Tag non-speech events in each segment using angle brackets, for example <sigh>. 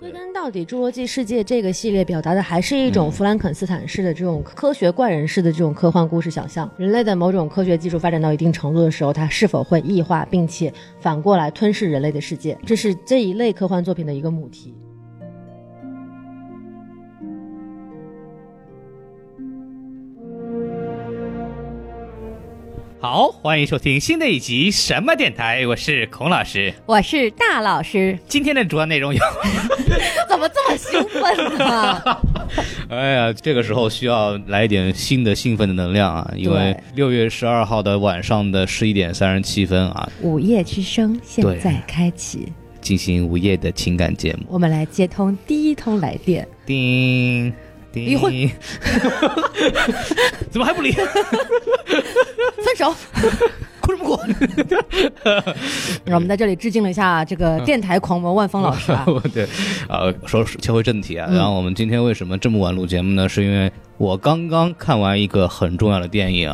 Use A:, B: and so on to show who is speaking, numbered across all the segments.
A: 归根到底，《侏罗纪世界》这个系列表达的还是一
B: 嗯
A: 种弗兰肯斯坦式的这种科学怪人式的这种科幻故事想象。人类的某种科学技术发展到一定程度的时候，它是否会异化，并且反过来吞噬人类的世界，这是这一类科幻作品的一个母题。
C: 好，欢迎收听新的一集什么电台，我是孔老师。
B: 我是大老师，
C: 今天的主要内容有，
B: <laughs> 怎么这么兴奋呢？
C: <laughs> 哎呀，这个时候需要来一点新的兴奋的能量啊，因为六月十二号的晚上的十一点三十七分啊，
B: <laughs> 午夜之声现
C: 对
B: 在开启，
C: 进行午夜的情感节目。
B: 我们来接通第一通来电。
C: 叮叮，
B: 离婚
C: <laughs> 怎么还不离？ <laughs>
B: 分手，
C: 哭什么哭？
B: <laughs> 让我们在这里致敬了一下这个电台狂魔万峰老 <laughs> 师啊。
C: <laughs> 对，啊，说切回正题
B: 嗯
C: 啊，然后我们今天为什么这么晚录节目呢？是因为我刚刚看完一个很重要的电影，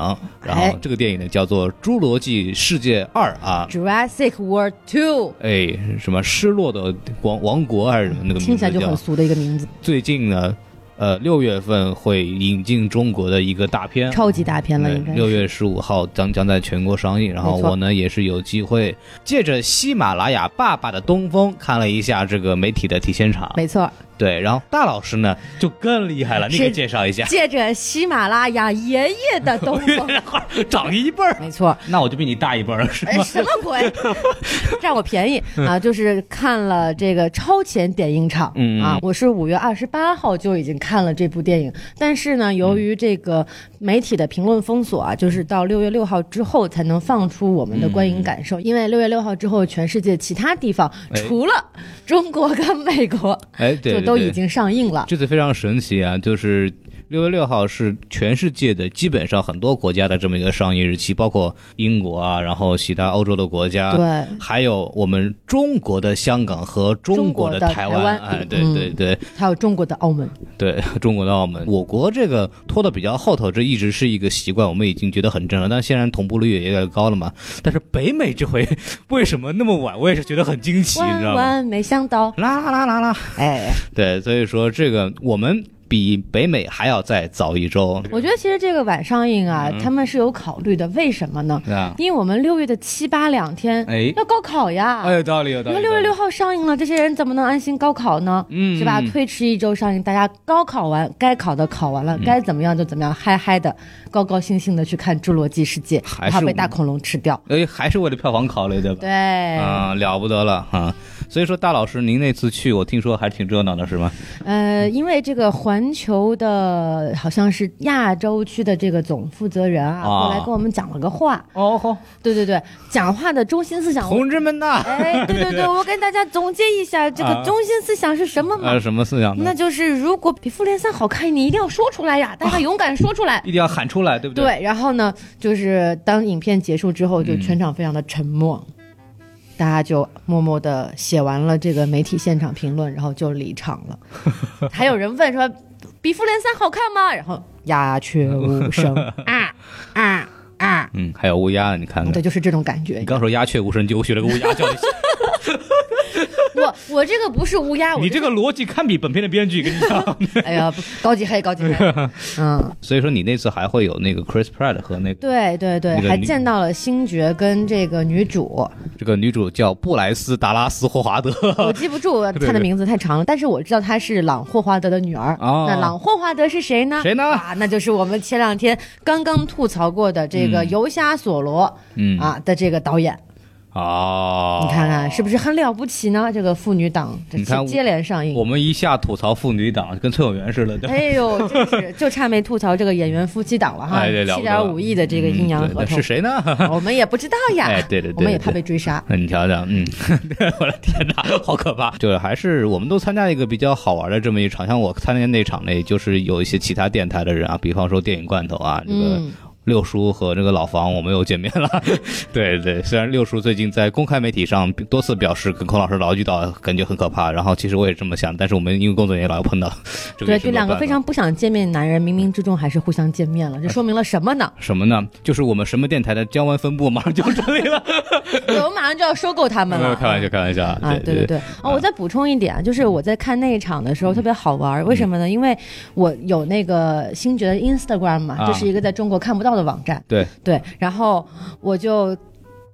C: 然
B: 哎
C: 后这个电影呢叫做《侏罗纪世界二》啊。
B: Jurassic World Two，
C: 哎，什么失落的王王国还是什么那个名字
B: 听起来就
C: 叫
B: 很俗的一个名字，
C: 最近呢，呃，六月份会引进中国的一个大片，
B: 超级大片了，应该
C: 六
B: 是。
C: 月十五号将将在全国上映。然后
B: 没错
C: 我呢也是有机会借着喜马拉雅爸爸的东风看了一下这个媒体的提前场，
B: 没错，
C: 对，然后大老师呢就更厉害了，你
B: 是
C: 给介绍一 <laughs> 下，
B: 借着喜马拉雅爷爷的东风，
C: 长一辈儿，
B: <laughs> 没
C: <laughs>
B: 错，
C: 那我就比你大一辈儿了，是
B: 哎，
C: 吗？
B: 什么鬼？ <laughs> 占我便宜啊！就是看了这个超前点映场、
C: 嗯
B: 啊，我是五月二十八号就已经看了这部电影，但是呢，由
C: 嗯
B: 于这个媒体的评论封锁啊，就是到六月六号之后才能放出我们的观
C: 嗯
B: 影感受，因为六月六号之后，全世界其他地方、
C: 哎
B: 除了中国跟美国，
C: <laughs> 哎，对，
B: 就
C: 对
B: 都
C: 对
B: 已经上映了。
C: 这次非常神奇啊，就是六月六号是全世界的基本上很多国家的这么一个上映日期，包括英国啊，然后其他欧洲的国家，
B: 对，
C: 还有我们中国的香港和中国的
B: 中国的
C: 台
B: 台湾
C: 哎，
B: 嗯
C: 对对对、
B: 还有中国的澳门，
C: 对， <laughs> 中国的澳门，我国这个拖得比较后头，这一直是一个习惯，我们已经觉得很正了。但现在同步率也越来越高了嘛。但是北美这回 <laughs> 为什么那么晚，我也是觉得很惊奇，你
B: 万
C: 知道吗？
B: 万没想到，
C: 啦啦啦啦啦，
B: 哎。
C: 对，所以说这个我们比北美还要再早一周，
B: 我觉得其实这个晚上映啊，
C: 嗯
B: 他们是有考虑的，为什么呢？
C: 啊，
B: 因为我们六月的七八两天、
C: 哎
B: 要高考呀。
C: 哎，有道理，有道
B: 你
C: 理。
B: 看啊六月六号上映了，这些人怎么能安心高考呢？
C: 嗯
B: 是吧？推迟一周上映，大家高考完，该考的考完了，
C: 嗯
B: 该怎么样就怎么样，嗨嗨的，高高兴兴的去看《侏罗纪世界》，
C: 还
B: 不怕
C: 是
B: 被大恐龙吃掉。
C: 哎，还是为了票房考虑，对吧？
B: 对，
C: 啊、了不得了啊！所以说，大老师，您那次去，我听说还挺热闹的，是吗？
B: 呃，因为这个环球的好像是亚洲区的这个总负责人啊，
C: 啊
B: 后来跟我们讲了个话。
C: 哦吼，
B: 对对对，讲话的中心思想，
C: 同志们呐，
B: 哎，对对对，我跟大家总结一下这
C: 啊
B: 个中心思想是什么嘛？
C: 呃，什么思想呢
B: 那？就是如果比复联三好看，你一定要说出来呀，大
C: 啊
B: 家勇敢说出来。
C: 一定要喊出来，对不嗯对？
B: 对，然后呢，就是当影片结束之后，就全场非常的沉默，大家就默默的写完了这个媒体现场评论，然后就离场了。
C: <laughs>
B: 还有人问说，比复联三好看吗？然后鸦雀无
C: <laughs>
B: 声啊啊啊！
C: 嗯，还有乌鸦，你看看。
B: 对，就是这种感觉
C: 你。刚说鸦雀无声，就学了个乌鸦叫
B: <laughs>
C: 你。
B: 我我这个不是乌鸦，我
C: 你这个逻辑堪比本片的编剧，跟你
B: <laughs>
C: 讲。
B: 哎呀，不高级黑，高级
C: <laughs>
B: 黑。嗯，
C: 所以说，你那次还会有那个 Chris Pratt 和那个
B: 对对对
C: 那，个
B: 还
C: 女
B: 见到了星爵跟这个女主，
C: 这个女主叫布莱斯·达拉斯·霍华德。
B: <laughs> 我记不住
C: 对
B: 她的名字太长了，但是我知道她是朗霍华德的女儿。
C: 哦
B: 那朗霍华德是谁呢？
C: 谁呢
B: 啊，那就是我们前两天刚刚吐槽过的这个《游侠索罗
C: 嗯》
B: 啊的这个导演，
C: 哦，
B: 你看看是不是很了不起呢？这个妇女档这
C: 你看我
B: 接连上映
C: 我。们一下吐槽妇女党，跟崔永元似的。对吧
B: 哎呦，真是就差没吐槽这个演员夫妻档了哈，
C: 哎对了
B: 七
C: 不得了
B: 点五亿的这个阴阳
C: 嗯对
B: 合
C: 那
B: 同
C: 是，谁呢？ <laughs>
B: 我们也不知道呀。
C: 哎对对对
B: 我们也
C: 对
B: 怕
C: 对
B: 被追杀。
C: 你瞧瞧，嗯， <laughs> 我的天哪，好可怕！就是还是我们都参加一个比较好玩的这么一场，像我参加那场呢，也就是有一些其他电台的人啊，比方说电影罐头啊，这个
B: 嗯，
C: 六叔和这个老房我们又见面 <laughs> 了。对对，虽然六叔最近在公开媒体上多次表示跟孔老师老遇到感觉很可怕，然后其实我也这么想，但是我们因为工作原因老碰到，这哎
B: 对，
C: 也是
B: 就
C: 没有
B: 两个
C: 办
B: 非
C: 法
B: 常不想见面的男人，冥冥之中还是互相见面了，这说明了什么呢？
C: 什么呢？就是我们什么电台的江湾分部马上就要成立 <laughs> 了，
B: 对我们马上就要收购他们
C: 没有
B: 了。
C: 开玩笑，开玩笑
B: 啊，对对
C: 对嗯
B: 对，哦，我再补充一点啊，就是我在看那一场的时候特别好玩儿，为什么呢？因为我有那个星爵的 Instagram 嘛，
C: 啊
B: 这是一个在中国看不到的网站，
C: 对，
B: 对，然后我就。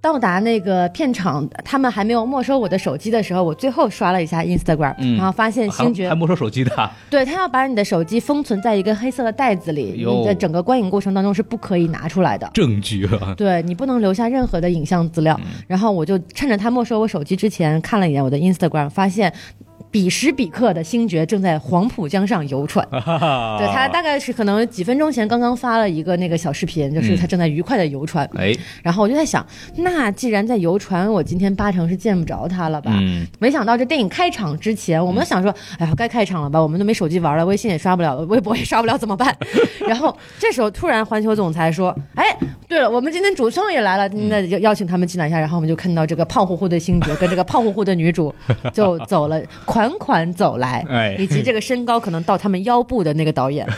B: 到达那个片场，他们还没有没收我的手机的时候，我最后刷了一下 Instagram，、
C: 嗯
B: 然后发现星爵
C: 还还没收手机的 <laughs> 啊，
B: 对他要把你的手机封存在一个黑色的袋子里，
C: 哟
B: 你在整个观影过程当中是不可以拿出来的。
C: 证据 <laughs> 啊，
B: 对你不能留下任何的影像资料。然后我就趁着他没收我手机之前看了一眼我的 Instagram，发现。彼时彼刻的星爵正在黄浦江上游船，
C: 啊
B: 对他大概是可能几分钟前刚刚发了一个那个小视频，就是他正在愉快的游船。
C: <laughs> 哎，
B: 然后我就在想，那既然在游船，我今天八成是见不着他了吧？
C: 嗯，
B: 没想到这电影开场之前，我们都想说，哎呀，该开场了吧？我们都没手机玩了，微信也刷不了，微博也刷不了，怎么
C: <laughs>
B: 办？然后这时候突然环球总裁说，哎，对了，我们今天主创也来了，那就邀请他们进来一下。然后我们就看到这个胖乎乎的星爵跟这个胖乎乎的女主就走了，款款走来，
C: <laughs> 哎
B: 以及这个身高可能到他们腰部的那个导
C: <laughs>
B: 演，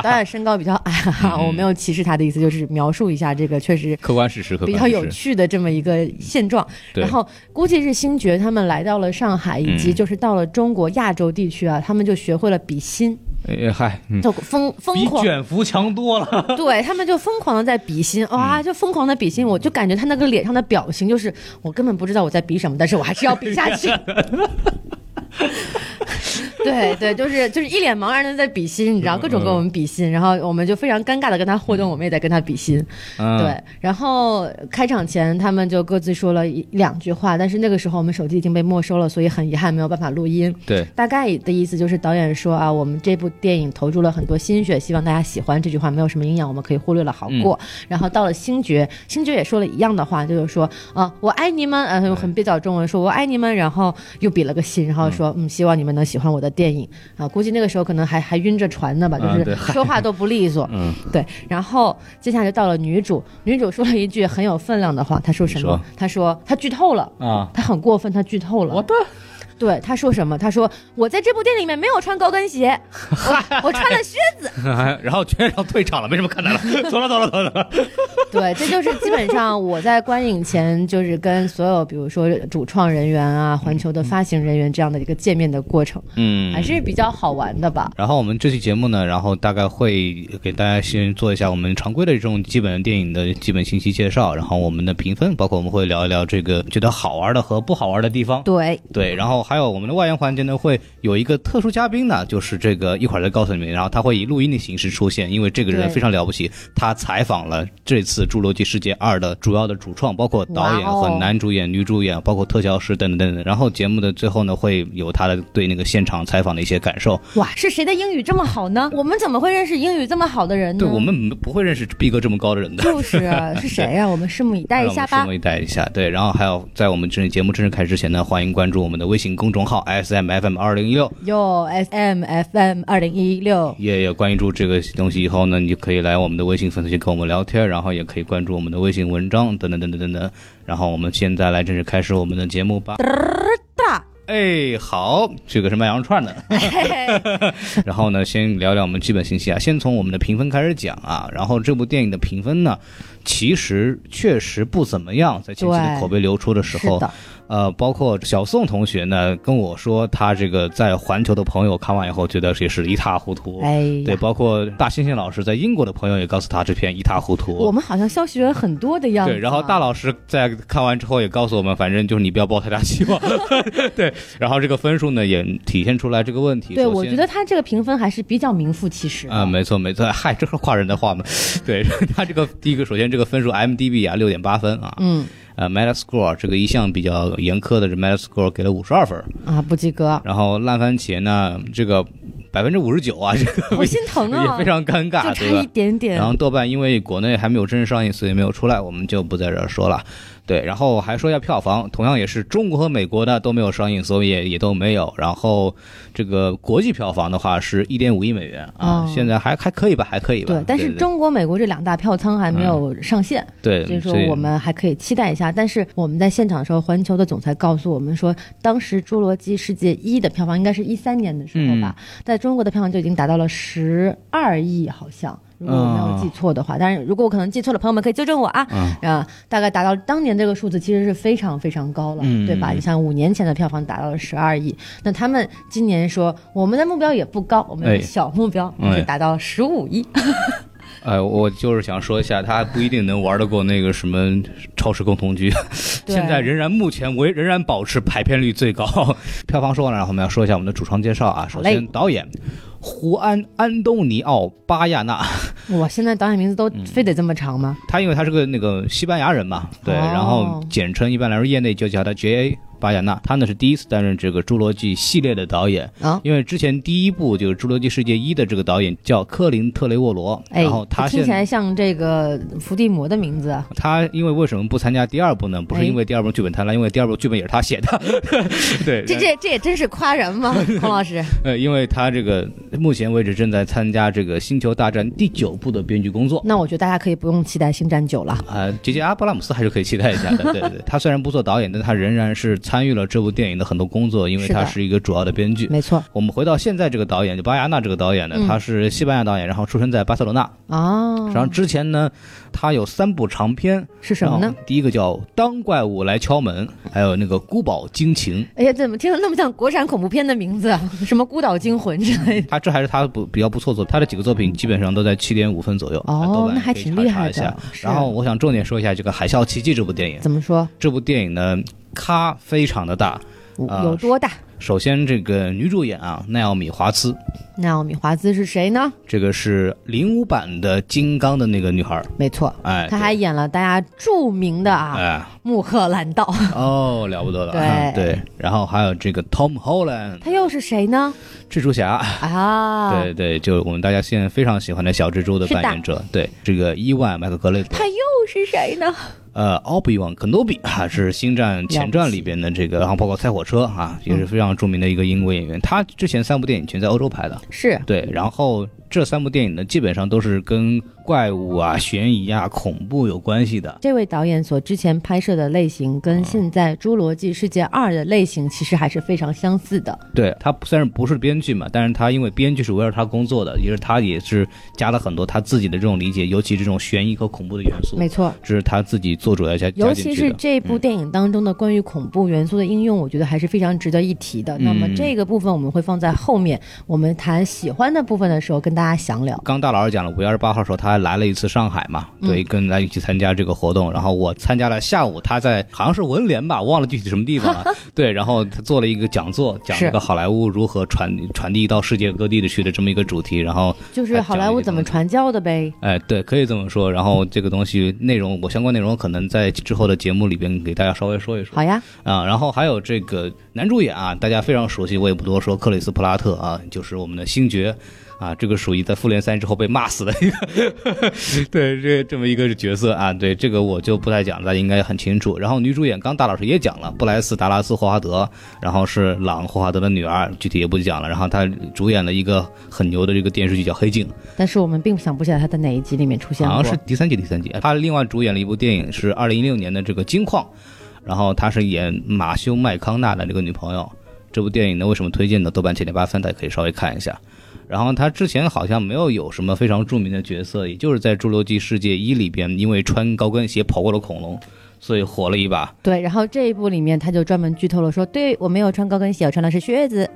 B: 导演身高比较矮，哈哈，我没有歧视他的意思，就是描述一下这个确实
C: 客观事实，客观
B: 比
C: 事
B: 较
C: 实
B: 有趣的这么一个现状。
C: 对嗯
B: 然后估计是星爵他们来到了上海，以及就是到了中国亚洲地区啊，他们就学会了比心，
C: 哎嗨，嗯
B: 就疯疯
C: 比
B: 狂，
C: 卷福强多了。
B: 对他们就疯狂的在比心，
C: 嗯
B: 哇，就疯狂的比心，我就感觉他那个脸上的表情就是我根本不知道我在比什么，但是我还是要比下
C: <laughs>
B: 去。对对，就是就是一脸茫然的在比心，你知
C: 嗯
B: 道，各种跟我们比心，然后我们就非常尴尬的跟他互动，我们也在跟他比心。
C: 嗯，
B: 对，然后开场前他们就各自说了一两句话，但是那个时候我们手机已经被没收了，所以很遗憾没有办法录音。
C: 对，
B: 大概的意思就是导演说啊，我们这部电影投入了很多心血，希望大家喜欢。这句话没有什么营养，我们可以忽略了好过。
C: 嗯
B: 然后到了星爵，星爵也说了一样的话，就是说啊，我爱你们，呃，很蹩脚中文说我爱你们，然后又比了个心，然后说嗯，希望你们能喜欢我的电影啊。估计那个时候可能还还晕着船呢吧，
C: 啊
B: 就
C: 对
B: 是说话都不利索。
C: 嗯，
B: 对，然后接下来就到了女主，女主说了一句很有分量的话，她说什么
C: 说？
B: 她说她剧透了，
C: 啊，
B: 她很过分，她剧透了。
C: 我的
B: 对，她说什么？她说我在这部电影里面没有穿高跟
C: <laughs>
B: 鞋，我我穿了靴子。
C: 然后全场退场了，没什么看的 <laughs> 了，走了走了走了。
B: 对，这就是基本上我在观影前就是跟所有比如说主创人员啊、环球的发行人员这样的一个见面的过程，
C: 嗯
B: 还是比较好玩的吧。
C: 然后我们这期节目呢，然后大概会给大家先做一下我们常规的这种基本电影的基本信息介绍，然后我们的评分，包括我们会聊一聊这个觉得好玩的和不好玩的地方。
B: 对，
C: 对，然后还有我们的外延环节呢，会有一个特殊嘉宾呢，就是这个一会儿再告诉你们，然后他会以录音的形式出现，因为这个人
B: 对
C: 非常了不起，他采访了这次《侏罗纪世界二》的主要的主创，包括导演
B: 哇哦
C: 和男主演、女主演，包括特效师等等等等。然后节目的最后呢，会有他的对那个现场采访的一些感受。
B: 哇，是谁的英语这么好呢？我们怎么会认识英语这么好的人呢？
C: 对我们不会认识逼格这么高的人
B: <laughs>
C: 的。
B: 就是啊是谁呀、我们拭目以 <laughs> 待一下
C: 哎让
B: 吧
C: 我们拭目。以待一下。对，然后还有在我们这节目正式开始之前呢，欢迎关注我们的微信公众号 S M F M 二零一六。
B: 哟 S M F M 二零一六， <laughs>
C: 也也关注这个东西以后呢，你就可以来我们的微信粉丝群跟我们聊天，然后也可以关注我们的微信文章等等等等等等。然后我们现在来正式开始我们的节目吧。
B: 大，
C: 哎，好，这个是卖羊肉串的。然后呢，先聊聊我们基本信息啊，先从我们的评分开始讲啊。然后这部电影的评分呢，其实确实不怎么样，在前期的
B: 对
C: 口碑流出的时
B: 是
C: 候，
B: 的，
C: 呃，包括小宋同学呢跟我说，他这个在环球的朋友看完以后，觉得也是一塌糊涂。
B: 哎
C: 对，
B: 呀，
C: 包括大猩猩老师在英国的朋友也告诉他这片一塌糊
B: 我
C: 涂。
B: 们好像消息源很多的样子啊。
C: 对，然后大老师在看完之后也告诉我们，反正就是你不要抱太大希望。 <laughs> 对，然后这个分数呢也体现出来这个问题。
B: 对
C: 首先
B: 我觉得他这个评分还是比较名副其实的
C: 啊、没错没错，嗨，这是夸人的话嘛。 <laughs> 对他这个第一个，首先这个分数 MDB 啊六点八分啊，
B: 嗯
C: 呃 Metascore 这个一向比较严苛的这 Metascore 给了五十二分，
B: 啊，不及
C: <laughs>
B: 格，
C: 然后烂番茄呢这个百分之五十九啊，这个
B: 好心疼
C: 也
B: 啊
C: 非，常尴尬，
B: 就
C: 对
B: 差
C: 吧
B: 一？点点
C: 然。后豆瓣因为国内还没有正式上映，所以没有出来，我们就不在这儿说了。对，然后还说一下票房，同样也是中国和美国呢都没有上映，所以也也都没有。然后这个国际票房的话是一点五亿美元啊，
B: 哦
C: 现在还还可以吧，还可以吧。
B: 对，但是中国、美国这两大票仓还没有上线，
C: 对，
B: 所以说
C: 所以
B: 我们还可以期待一下。但是我们在现场的时候，环球的总裁告诉我们说，当时《侏罗纪世界一》的票房应该是一三年的时候吧，
C: 嗯
B: 在中国的票房就已经达到了十二亿，好像。如果我没
C: 啊
B: 有记错的话，当然如果我可能记错了，朋友们可以纠正我啊。
C: 嗯
B: 啊，大概达到当年这个数字其实是非常非常高了，
C: 嗯
B: 对吧？你像五年前的票房达到了十二亿，那他们今年说我们的目标也不高，我们有
C: 哎
B: 个小目标、
C: 哎
B: 是达到十五亿。 <laughs>
C: 哎，我就是想说一下，他不一定能玩得过那个什么超市共同居，
B: <laughs> 对
C: 现在仍然目前为仍然保持排片率最高。 <laughs> 票房说完了，然后我们要说一下我们的主创介绍啊。首
B: 嘞
C: 先，导演胡安·安东尼奥·巴亚纳，
B: 哇，现在导演名字都
C: 嗯
B: 非得这么长吗？
C: 他因为他是个那个西班牙人嘛，对，
B: 哦
C: 然后简称一般来说业内就叫他 J.A. 巴亚纳。他呢是第一次担任这个《侏罗纪》系列的导演。
B: 啊，
C: 因为之前第一部就是《侏罗纪世界一》的这个导演叫科林·特雷沃罗，
B: 哎，
C: 然后他
B: 听
C: 现
B: 起来像这个伏地魔的名字啊。
C: 他因为为什么不参加第二部呢？不
B: 哎
C: 是因为第二部剧本太烂，因为第二部剧本也是他
B: <laughs>
C: 写的。对，
B: 这这这也真是夸人 <laughs> 吗，孔老师？
C: 呃，因为他这个目前为止正在参加这个《星球大战》第九部的编剧工作。
B: 那我觉得大家可以不用期待《星战九》了。
C: 啊，杰杰阿布拉姆斯还是可以期待一下
B: <laughs>
C: 的。对对对，他虽然不做导演，但他仍然是参与了这部电影的很多工作，因为
B: 是的
C: 他是一个主要的编剧。
B: 没错
C: 我们回到现在这个导演，就巴亚纳这个导演呢，
B: 嗯
C: 他是西班牙导演，然后出生在巴塞罗那。
B: 哦，
C: 然后之前呢，他有三部长片，
B: 是什么
C: 然
B: 呢
C: 后？？啊第一个叫《当怪物来敲门》，还有那个《孤堡惊情》。
B: <laughs> 哎呀，怎么听着那么像国产恐怖片的名字啊？什么《孤岛惊魂》之类的？
C: 他这还是他不比较不错作品，他的几个作品基本上都在七点五分左右，
B: 哦
C: 豆瓣
B: 那还
C: 可以查
B: 挺厉害的
C: 查一下
B: 是
C: 然后我想重点说一下这个《海啸奇迹》这部电影，
B: 怎么说？
C: 这部电影呢，咖非常的大。啊
B: 有多大？
C: 首先，这个女主演啊，奈奥米·华兹，
B: 那奥米·华兹是谁呢？
C: 这个是零五版的金刚的那个女孩儿，
B: 没错，
C: 哎，
B: 他还演了大家著名的
C: 对
B: 啊
C: 哎
B: 穆赫兰道，
C: 哦，了不得了，嗯
B: 对
C: 对，然后还有这个 Tom Holland
B: 他又是谁呢？
C: 蜘蛛侠，
B: 啊，
C: 对对，就我们大家现在非常喜欢的小蜘蛛的
B: 是的
C: 扮演者，对这个伊万麦克格雷伯，
B: 他又是谁呢？
C: 呃，奥比旺肯诺比啊，是《星战前传》里边的这个，然后包括《赛火车》啊，也是非常著名的一个英国演员。他之前三部电影全在欧洲拍的，
B: 是
C: 对。然后这三部电影呢，基本上都是跟怪物啊、悬疑啊、恐怖有关系的。
B: 这位导演所之前拍摄的类型
C: 啊
B: 跟现在《侏罗纪世界二》的类型其实还是非常相似的。
C: 对他虽然不是编剧嘛，但是他因为编剧是围绕他工作的，也是他也是加了很多他自己的这种理解，尤其这种悬疑和恐怖的元素，
B: 没错，
C: 这是他自己做主要加
B: 尤
C: 加
B: 其
C: 进
B: 是
C: 去的。
B: 这部电影当中的关于恐怖元素的应用，我觉得还是非常值得一提
C: 嗯
B: 的。那么这个部分我们会放在后面，我们谈喜欢的部分的时候跟大家详聊。
C: 刚大老师讲了，五月二十八号的时候他还来了一次上海嘛，对，跟咱一起参加这个活动。然后我参加了下午，他在好像是文联吧，忘了具体什么地方了。对，然后他做了一个讲座，讲这个好莱坞如何传传递到世界各地的去的这么一个主题。然后，
B: 就是好莱坞怎么传教的呗。
C: 哎，对，可以这么说。然后这个东西内容，我相关内容可能在之后的节目里边给大家稍微说一说
B: 好呀，
C: 啊。然后还有这个男主演啊，大家非常熟悉，我也不多说，克里斯普拉特啊，就是我们的星爵。啊，这个属于在复联三之后被骂死的一个， <laughs> 对，这这么一个角色啊，对这个我就不太讲了，大家应该很清楚。然后女主演刚大老师也讲了，布莱斯·达拉斯·霍华德，然后是朗·霍华德的女儿，具体也不讲了。然后她主演了一个很牛的这个电视剧叫《黑镜》，
B: 但是我们并想不起来他在哪一集里面出现
C: 好
B: 过。
C: 像是第三季，第三季。他另外主演了一部电影，是二零一六年的这个《金矿》，然后他是演马修麦康纳的这个女朋友。这部电影呢，为什么推荐呢？豆瓣七点八分，大家可以稍微看一下。然后他之前好像没有有什么非常著名的角色，也就是在《侏罗纪世界一》里边，因为穿高跟鞋跑过了恐龙，所以火了一把。
B: 对，然后这一部里面他就专门剧透了说，对我没有穿高跟鞋，我穿的是靴子，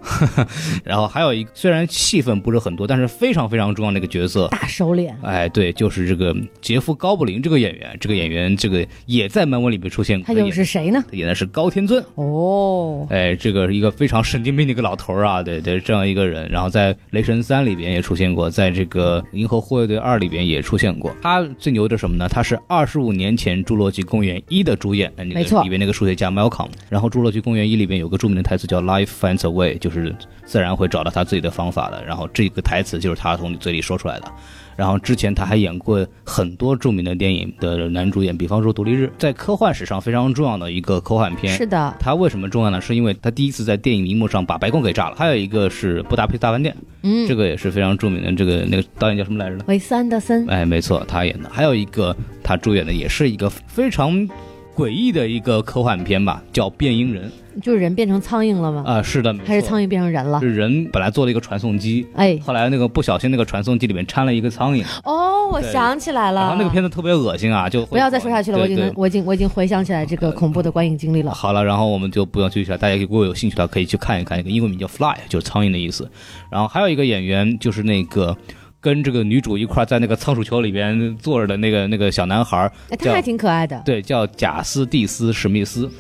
C: 然后还有一个虽然戏份不是很多，但是非常非常重要的一个角色，
B: 大手脸。
C: 哎，对，就是这个杰夫·高布林这个演员，这个演员这个也在漫威里面出现过，
B: 他又是谁呢？
C: 演的是高天尊。
B: 哦，
C: 哎，这个是一个非常神经病的一个老头儿啊，对对，这样一个人，然后在《雷神三》里边也出现过，在这个《银河护卫队二》里边也出现过。他最牛的是什么呢？他是二十五年前《侏罗纪公园一》一》的主演，那那
B: 没
C: 个
B: 错
C: 里边那个数学家 Malcolm。然后《侏罗纪公园一》里边有个著名的台词叫 “Life finds a way”，就是自然会找到他自己的方法的。然后这个台词就是他从嘴里说出来的。然后之前他还演过很多著名的电影的男主演，比方说《独立日》，在科幻史上非常重要的一个科幻片。
B: 是的，
C: 它为什么重要呢？是因为它第一次在电影荧幕上把白宫给炸了。还有一个是《布达佩斯大饭店》，
B: 嗯
C: 这个也是非常著名的。这个那个导演叫什么来着呢？
B: 维斯安德森，
C: 哎，没错，他演的。还有一个他主演的也是一个非常诡异的一个科幻片吧，叫《变音人》
B: 就是人变成苍蝇了吗？
C: 啊、是的，没错
B: 还是苍蝇啊变成人了？
C: 是人本来做了一个传送机，
B: 哎，
C: 后来那个不小心那个传送机里面掺了一个苍蝇，
B: 哦，我
C: 对
B: 想起来了，
C: 然后那个片子特别恶心啊，就
B: 不要再说下去了，我已
C: 对
B: 经能
C: 对呃
B: 我已经我已经回想起来这个恐怖的观影经历了。
C: 好了，然后我们就不用继续了。大家如果有兴趣的话，可以去看一看，那个英文名叫 Fly，就是苍蝇的意思。然后还有一个演员就是那个跟这个女主一块儿在那个仓鼠球里边坐着的那个那个小男孩儿，
B: 哎，他
C: 叫
B: 还挺可爱的。
C: 对，叫贾斯蒂斯史密斯。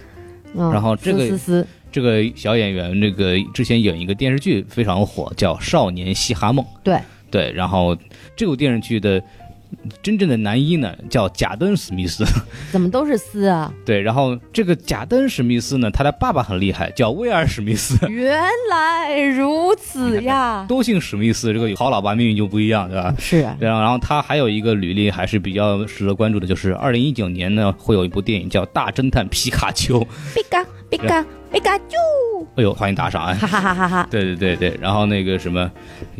B: 嗯
C: 然后这个
B: 思思思
C: 这个小演员，这个之前演一个电视剧非常火，叫《少年嘻哈梦》。
B: 对
C: 对，然后这部电视剧的真正的男一呢，叫贾登·史密斯。 <laughs>
B: 怎么都是思啊？
C: 对，然后这个贾登·史密斯呢，他的爸爸很厉害，叫威尔·史密斯。
B: 原来如此
C: <laughs>
B: 呀！
C: 都姓史密斯，这个好老爸命运就不一样，对吧？
B: 是啊，
C: 然后，然后他还有一个履历还是比较值得关注的，就是二零一九年呢，会有一部电影叫《大侦探皮卡丘》。
B: 比嘎比嘎比嘎啾！
C: 哎呦，欢迎打赏啊！
B: 哈哈哈哈哈！
C: 对对对对，然后那个什么，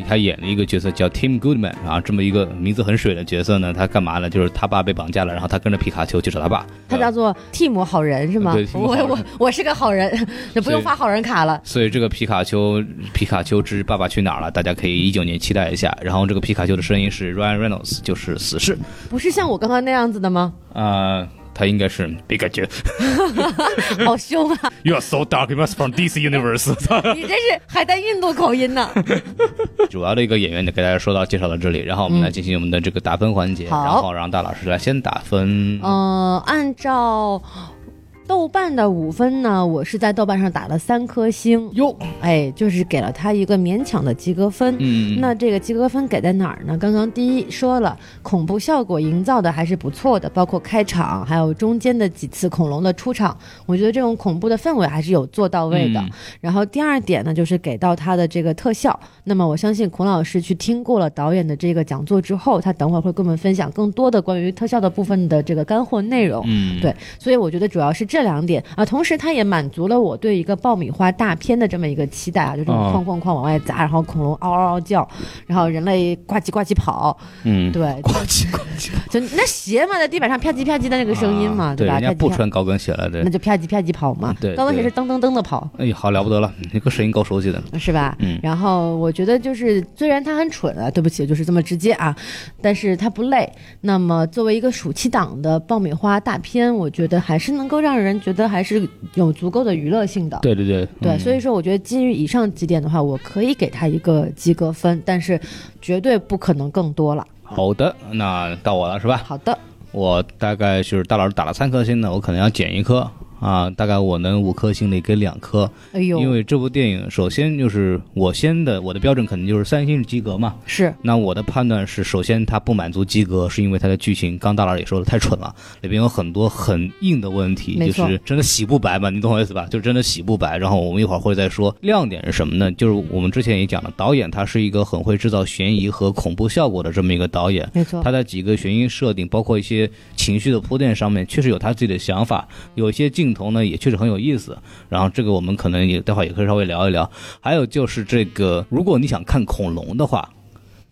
C: 他演了一个角色叫 Tim Goodman 啊，这么一个名字很水的角色呢，他干嘛呢？就是他爸被绑架了，然后他跟着皮卡丘去找他爸。
B: 他叫做替姆好人是吗
C: 对？替姆
B: 我
C: 好人
B: 我我是个好人，就不用发好人卡了。
C: 所以这个皮卡丘，皮卡丘之爸爸去哪儿了？大家可以一九年期待一下。然后这个皮卡丘的声音是 Ryan Reynolds，就是死侍。
B: 不是像我刚刚那样子的
C: <laughs>
B: 吗？
C: 啊，他应该是皮卡丘。
B: 好凶啊！
C: You are so dark, you must from DC universe 。 <laughs>
B: <laughs> 你这是还带印度口音呢。
C: 主要的一个演员呢，给大家说到介绍到这里，然后我们来进行我们的这个打分环节，
B: 好
C: 然后让大老师来先打分。
B: 嗯，按照豆瓣的五分呢，我是在豆瓣上打了三颗星，
C: 哟，
B: 哎，就是给了他一个勉强的及格分。
C: 嗯，
B: 那这个及格分给在哪儿呢？刚刚第一说了，恐怖效果营造的还是不错的，包括开场，还有中间的几次恐龙的出场，我觉得这种恐怖的氛围还是有做到位的。
C: 嗯
B: 然后第二点呢，就是给到它的这个特效。那么我相信孔老师去听过了导演的这个讲座之后，他等会儿会跟我们分享更多的关于特效的部分的这个干货内容。
C: 嗯，
B: 对，所以我觉得主要是这两点啊，同时它也满足了我对一个爆米花大片的这么一个期待啊，就这种
C: 哦
B: 哐哐哐往外砸，然后恐龙嗷嗷嗷叫，然后人类呱唧呱唧
C: <laughs>
B: 跑，
C: 嗯，
B: 对，
C: 呱唧呱唧，
B: 就那鞋嘛，在地板上啪叽啪叽的那个声音嘛，
C: 啊对
B: 吧？
C: 人家
B: 啪
C: 不
B: 叽啪，
C: 穿高跟鞋了，对
B: 那。就啪叽啪叽跑嘛，
C: 对
B: 高跟鞋
C: 对
B: 是噔噔噔的跑。
C: 哎呀，好了不得了，你个声音够熟悉的。
B: 是吧？
C: 嗯
B: 然后我觉得就是，虽然他很蠢啊，对不起，就是这么直接啊，但是他不累。那么作为一个暑期档的爆米花大片，我觉得还是能够让人觉得还是有足够的娱乐性的。
C: 对对对，
B: 对，
C: 嗯
B: 所以说我觉得基于以上几点的话，我可以给他一个及格分，但是绝对不可能更多了。
C: 好的，那到我了是吧？
B: 好的，
C: 我大概就是大老师打了三颗星呢，我可能要减一颗啊，大概我能五颗星里给两颗，
B: 哎呦，
C: 因为这部电影首先就是我先的我的标准肯定就是三星是及格嘛，
B: 是
C: 那我的判断是，首先它不满足及格，是因为它的剧情，刚大佬也说了太蠢了，里边有很多很硬的问题，
B: 没
C: 就
B: 错
C: 是真的洗不白嘛，你懂我意思吧？就是真的洗不白。然后我们一会儿会再说亮点是什么呢？就是我们之前也讲了，导演他是一个很会制造悬疑和恐怖效果的这么一个导演，
B: 没错
C: 他，在几个悬疑设定，包括一些情绪的铺垫上面，确实有他自己的想法，有一些镜头呢也确实很有意思。然后这个我们可能也待会儿也可以稍微聊一聊。还有就是这个，如果你想看恐龙的话。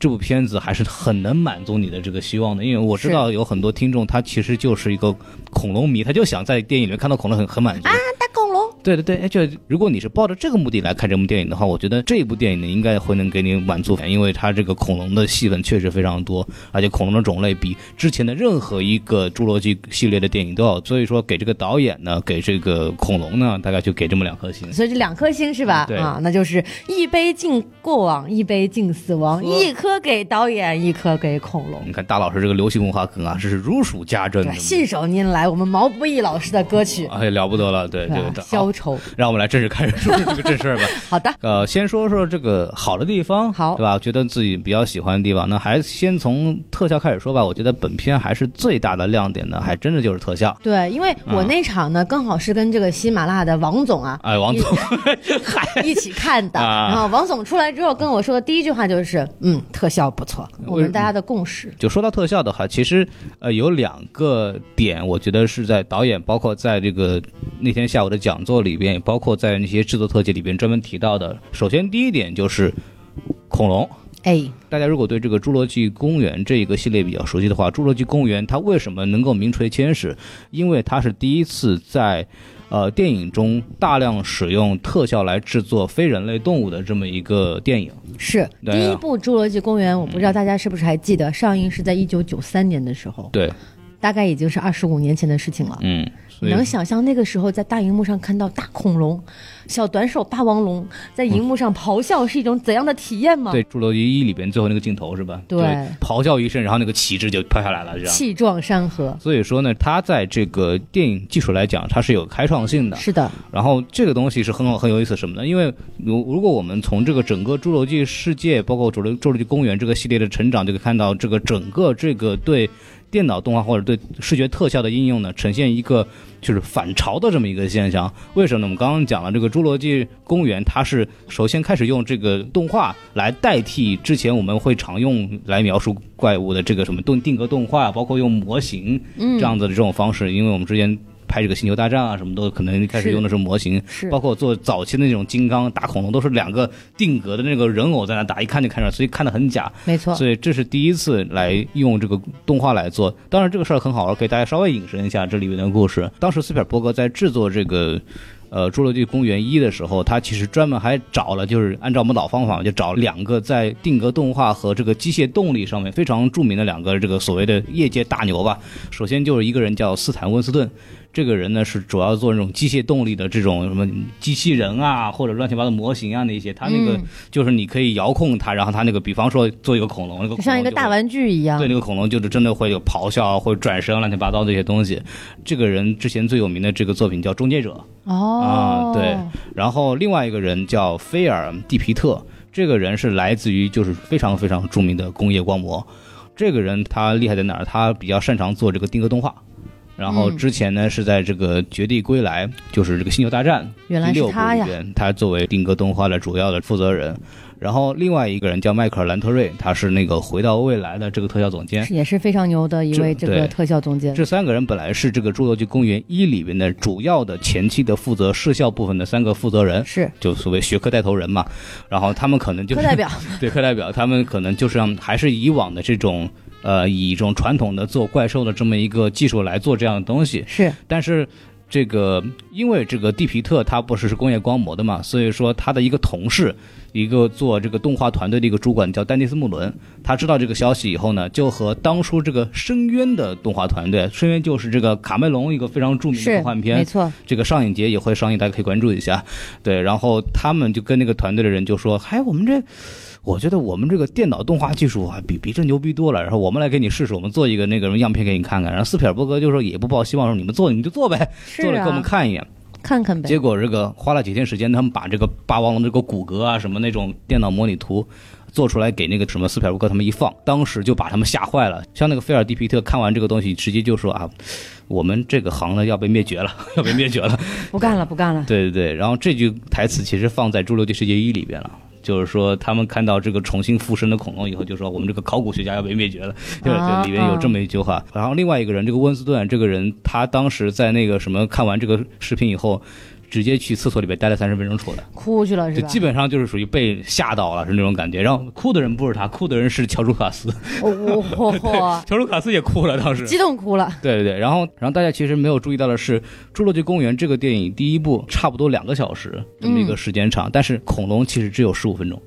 C: 这部片子还是很能满足你的这个希望的，因为我知道有很多听众他其实就是一个恐龙迷，他就想在电影里面看到恐龙很很满足。
B: 大恐龙
C: 对对对，哎，就如果你是抱着这个目的来看这部电影的话，我觉得这一部电影呢应该会能给你满足感，因为它这个恐龙的戏份确实非常多，而且恐龙的种类比之前的任何一个侏罗纪系列的电影都要，所以说给这个导演呢，给这个恐龙呢，大概就给这么两颗星。
B: 所以这两颗星是吧？
C: 嗯对
B: 啊，那就是一杯敬过往，一杯敬死亡，一颗给导演，一颗给恐龙。
C: 你看大老师这个流行文化梗啊，这是如数家珍
B: 对
C: 的
B: 吧，信手拈来，我们毛不易老师的歌曲，
C: <laughs> 哎，了不得了，
B: <laughs>
C: 对
B: 对吧
C: 对，
B: 小高愁。
C: 让我们来正式开始说这个正事儿吧。
B: 好的，
C: 呃，先说说这个好的地方，
B: 好
C: 对吧？觉得自己比较喜欢的地方，那还是先从特效开始说吧。我觉得本片还是最大的亮点呢，还真的就是特效。
B: 对，因为
C: 嗯
B: 我那场呢，刚好是跟这个喜马拉雅的王总啊
C: 哎，王总，
B: <laughs> 一起看的。
C: 啊
B: 然后王总出来之后跟我说的第一句话就是：“嗯，特效不错，我
C: 为
B: 们大家的共识。
C: <laughs> 就说到特效的话，其实呃有两个点，我觉得是在导演包括在这个那天下午的讲座里边，也包括在那些制作特辑里边专门提到的。首先第一点就是恐龙。”
B: 哎，
C: 大家如果对这个《侏罗纪公园》这一个系列比较熟悉的话，《侏罗纪公园》它为什么能够名垂千史？因为它是第一次在呃电影中大量使用特效来制作非人类动物的这么一个电影。
B: 是
C: 对啊嗯
B: 第一部《侏罗纪公园》，我不知道大家是不是还记得，上映是在一九九三年的时候，
C: 对，
B: 大概已经是二十五年前的事情了。
C: 嗯，所
B: 你
C: 以
B: 能想象那个时候在大荧幕上看到大恐龙、小短手霸王龙在荧幕上咆哮是一种怎样的体验吗？
C: 对《侏罗纪一》里边最后那个镜头是吧？
B: 对
C: 就咆哮一声，然后那个旗帜就飘下来了，这样。
B: 气壮山河，
C: 所以说呢，它在这个电影技术来讲，它是有开创性的。
B: 是的，
C: 然后这个东西是很好很有意思什么呢？因为如如果我们从这个整个侏罗纪世界，包括侏罗侏罗纪公园这个系列的成长，就可以看到这个整个这个对电脑动画或者对视觉特效的应用呢，呈现一个就是反潮的这么一个现象。为什么呢？我们刚刚讲了，这个侏罗纪公园它是首先开始用这个动画来代替之前我们会常用来描述怪物的这个什么动定格动画，包括用模型这样子的这种方式，因为我们之前。拍这个星球大战啊，什么都可能一开始
B: 是
C: 用的是模型，
B: 是
C: 包括做早期的那种金刚打恐龙，都是两个定格的那个人偶在那打，一看就看出来，所以看得很假。
B: 没错。
C: 所以这是第一次来用这个动画来做。当然，这个事儿很好玩，给大家稍微引申一下这里面的故事。当时斯皮尔伯格在制作这个。呃，《侏罗纪公园一》的时候，他其实专门还找了，就是按照我们老方法，就找两个在定格动画和这个机械动力上面非常著名的两个这个所谓的业界大牛吧。首先就是一个人叫斯坦温斯顿，这个人呢是主要做那种机械动力的这种什么机器人啊，或者乱七八糟模型啊那些。他那个、
B: 嗯
C: 就是你可以遥控它，然后它那个，比方说做一个恐龙，那个
B: 就
C: 恐龙
B: 像一个
C: 就
B: 大
C: 会
B: 玩具一样
C: 对，那个恐龙就是真的会有咆哮啊，会转身啊，乱七八糟这些东西。这个人之前最有名的这个作品叫《终结者》，
B: 哦、
C: 啊对然后另外一个人叫菲尔·蒂皮特，这个人是来自于就是非常非常著名的工业光魔。这个人他厉害在哪儿？他比较擅长做这个定格动画。然后
B: 嗯
C: 之前呢是在这个《绝地归来》，就是这个《星球大战》
B: 原来
C: 第
B: 是
C: 六部
B: 他
C: 里
B: 呀，
C: 边，他作为定格动画的主要的负责人。然后另外一个人叫迈克尔·兰特瑞，他是那个《回到未来》的这个特效总监。
B: 是也是非常牛的一
C: 这
B: 位这个
C: 对
B: 特效总监。
C: 这三个人本来是这个《侏罗纪公园一》里边的主要的前期的负责视效部分的三个负责人，
B: 是
C: 就所谓学科带头人嘛。然后他们可能就是
B: 课代表，
C: 对课代表，他们可能就是让还是以往的这种呃，以一种传统的做怪兽的这么一个技术来做这样的东西，
B: 是
C: 但是。这个，因为这个蒂皮特他不是是工业光魔的嘛，所以说他的一个同事，一个做这个动画团队的一个主管叫丹尼斯穆伦，他知道这个消息以后呢，就和当初这个《深渊》的动画团队，《深渊》就是这个卡梅隆一个非常著名的
B: 是
C: 动画，片，
B: 没错，
C: 这个上影节也会上映，大家可以关注一下。对，然后他们就跟那个团队的人就说：“嗨，我们这，我觉得我们这个电脑动画技术啊，比比这牛逼多了。然后我们来给你试试，我们做一个那个什么样片给你看看。”然后斯皮尔伯格就说：“也不抱希望，说你们做你们就做呗，
B: 是
C: 做了给我们
B: 啊，
C: 看一眼。”
B: 看看呗
C: 结。果这个花了几天时间，他们把这个霸王龙这个骨骼啊什么那种电脑模拟图。做出来给那个什么斯皮尔伯格他们一放，当时就把他们吓坏了。像那个菲尔蒂皮特看完这个东西，直接就说啊，我们这个行呢要被灭绝了， <laughs> 要被灭绝了。
B: 不干了，不干了。
C: 对对对，然后这句台词其实放在《侏罗纪世界一》里边了。就是说，他们看到这个重新复生的恐龙以后，就说我们这个考古学家要被灭绝了，对
B: 啊
C: 对，里面有这么一句话。然后另外一个人，这个温斯顿这个人，他当时在那个什么看完这个视频以后，直接去厕所里边待了三十分钟出来，
B: 哭去了是
C: 就
B: 吧？
C: 基本上就是属于被吓到了，是那种感觉。然后哭的人不是他，哭的人是乔舒卡斯，
B: 我我我
C: <laughs> 乔舒卡斯也哭了，当时
B: 哦激动哭了。
C: 对对对，然后然后大家其实没有注意到的是，《侏罗纪公园》这个电影第一部差不多两个小时这么一
B: 嗯
C: 个时间长，但是恐龙其实只有十五分钟。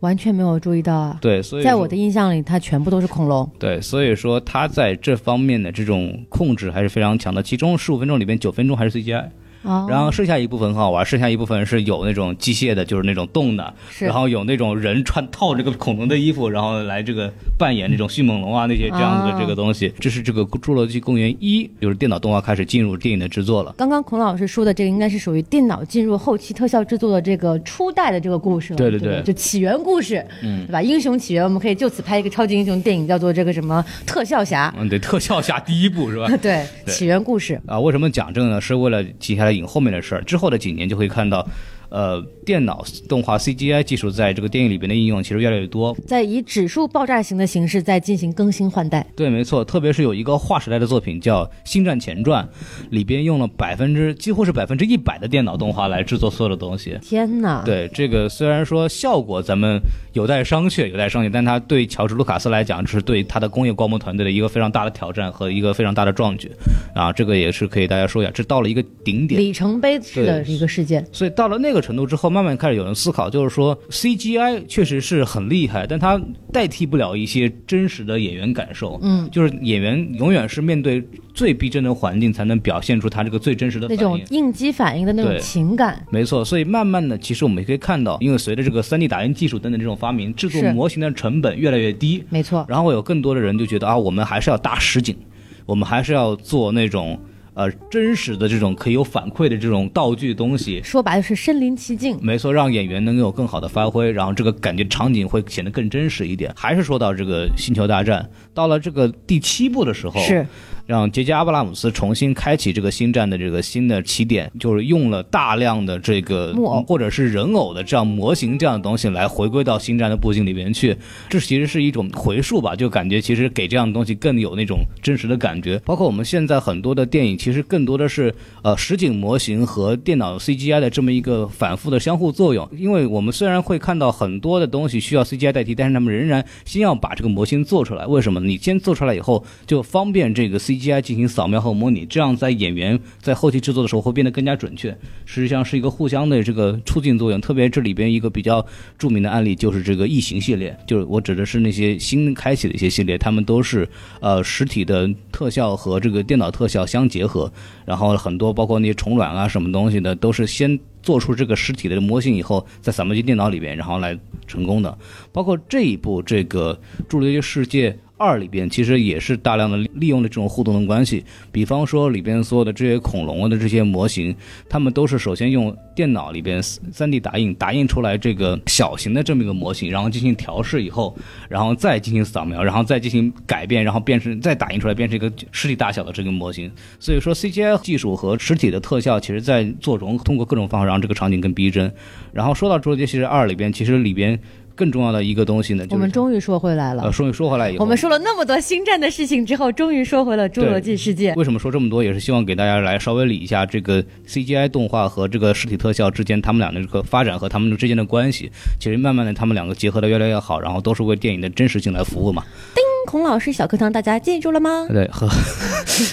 B: 完全没有注意到啊。
C: 对，所以
B: 在
C: 说
B: 我的印象里，它全部都是恐龙。
C: 对，所以说它在这方面的这种控制还是非常强的。其中十五分钟里边九分钟还是 CGI，
B: 哦
C: 然后剩下一部分很好玩，剩下一部分是有那种机械的，就是那种动的，
B: 是
C: 然后有那种人穿套这个恐龙的衣服，然后来这个扮演那种迅猛龙啊那些这样
B: 啊
C: 的这个东西。这是这个《侏罗纪公园一》，就是电脑动画开始进入电影的制作了。
B: 刚刚孔老师说的这个应该是属于电脑进入后期特效制作的这个初代的这个故事了，
C: 对对
B: 吧
C: 对
B: 就起源故事，嗯，对吧？英雄起源，我们可以就此拍一个超级英雄电影，叫做这个什么特效侠，
C: 嗯，对，特效侠第一部是吧？
B: <laughs> 对，
C: 嗯对
B: 起源故事，
C: <laughs> 啊，为什么讲这个呢？是为了接下来引后面的事儿。之后的几年就会看到，呃，电脑动画 CGI 技术在这个电影里边的应用其实越来越多。
B: 在以指数爆炸型的形式在进行更新换代，
C: 对，没错，特别是有一个划时代的作品叫《星战前传》，里边用了百分之几乎是百分之一百的电脑动画来制作所有的东西。
B: 天哪！
C: 对这个，虽然说效果咱们有待商榷，有待商榷，但它对乔治·卢卡斯来讲，这是对他的工业光魔团队的一个非常大的挑战和一个非常大的壮举啊！这个也是可以大家说一下，这到了一个顶点。
B: 里程碑式的一个事件，
C: 所以到了那个程度之后，慢慢开始有人思考，就是说 CGI 确实是很厉害，但它代替不了一些真实的演员感受。嗯，就是演员永远是面对最逼真的环境，才能表现出他这个最真实的
B: 那
C: 反
B: 种
C: 应。
B: 应激反应的那种
C: 对
B: 情感，
C: 没错，所以慢慢的，其实我们也可以看到，因为随着这个 3D 打印技术等等这种发明，制作
B: 是
C: 模型的成本越来越低，
B: 没错，
C: 然后有更多的人就觉得啊，我们还是要搭实景，我们还是要做那种呃真实的这种可以有反馈的这种道具东西，
B: 说白了是身临其境。
C: 没错，让演员能有更好的发挥，然后这个感觉场景会显得更真实一点。还是说到这个《星球大战》，到了这个第七部的时候，
B: 是
C: 让杰杰阿布拉姆斯重新开启这个星战的这个新的起点，就是用了大量的这个
B: 木偶
C: 或者是人偶的这样模型这样的东西来回归到星战的布景里面去。这其实是一种回溯吧，就感觉其实给这样的东西更有那种真实的感觉。包括我们现在很多的电影，其实更多的是呃实景模型和电脑 CGI 的这么一个反复的相互作用。因为我们虽然会看到很多的东西需要 CGI 代替，但是他们仍然先要把这个模型做出来。为什么？你先做出来以后，就方便这个 CGI 进行扫描和模拟，这样在演员在后期制作的时候会变得更加准确。实际上是一个互相的这个促进作用。特别这里边一个比较著名的案例就是这个异形系列，就是我指的是那些新开启的一些系列，他们都是呃实体的特效和这个电脑特效相结合，然后很多包括那些虫卵啊什么东西的，都是先做出这个实体的模型以后，在扫描机电脑里边，然后来成功的。包括这一部这个《侏罗纪世界二》里边，其实也是大量的利用了这种互动的关系。比方说里边所有的这些恐龙啊的这些模型，他们都是首先用电脑里边三 D 打印打印出来这个小型的这么一个模型，然后进行调试以后，然后再进行扫描，然后再进行改变，然后变成再打印出来变成一个实体大小的这个模型。所以说 CGI 技术和实体的特效，其实在做融，通过各种方法让这个场景更逼真。然后说到《侏罗纪世界二》里边，其实里边更重要的一个东西呢，就是
B: 我们终于说回来了
C: 呃，，说说回来以后，
B: 我们说了那么多星战的事情之后，终于说回了侏罗纪世界。
C: 为什么说这么多，也是希望给大家来稍微理一下这个 CGI 动画和这个实体特效之间他们俩的这个发展和他们之间的关系。其实慢慢的，他们两个结合的越来越好，然后都是为电影的真实性来服务嘛。
B: 孔老师小课堂，大家记住了吗？
C: <laughs> 对，呵，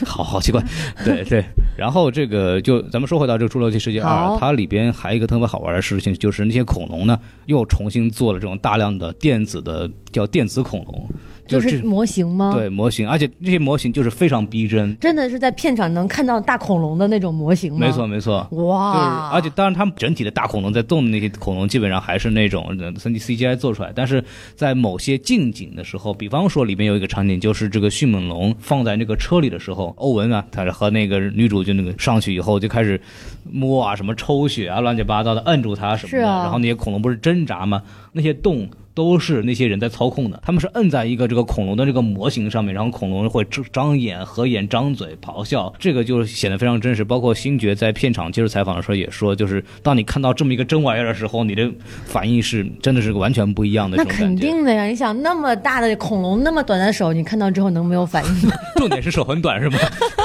C: 好好奇怪， <laughs> 对对。然后这个就咱们说回到这个《侏罗纪世界二
B: 好》，
C: 它里边还有一个特别好玩的事情，就是那些恐龙呢，又重新做了这种大量的电子的叫电子恐龙，
B: 就
C: 这
B: 是模型吗？，
C: 对模型，而且这些模型就是非常逼真，
B: 真的是在片场能看到大恐龙的那种模型吗？
C: 没错，没错。就是，
B: 哇！
C: 而且当然，他们整体的大恐龙在动的那些恐龙，基本上还是那种呃三 D CGI 做出来。但是在某些近景的时候，比方说里面有一个场景，就是这个迅猛龙放在那个车里的时候，欧文啊，他和那个女主就那个上去以后就开始摸啊，什么抽血啊，乱七八糟的，摁住它什么
B: 是
C: 的。
B: 啊
C: 然后那些恐龙不是挣扎吗？那些洞。都是那些人在操控的，他们是摁在一个这个恐龙的这个模型上面，然后恐龙会张张眼、合眼、张嘴咆哮，这个就是显得非常真实。包括星爵在片场接受采访的时候也说，就是当你看到这么一个真玩意儿的时候，你的反应是真的是完全不一样的
B: 那
C: 这种
B: 肯
C: 感觉。
B: 定的呀！你想那么大的恐龙，那么短的手，你看到之后能没有反应吗？
C: 重点是手很短是
B: <laughs>
C: 吗？ <laughs>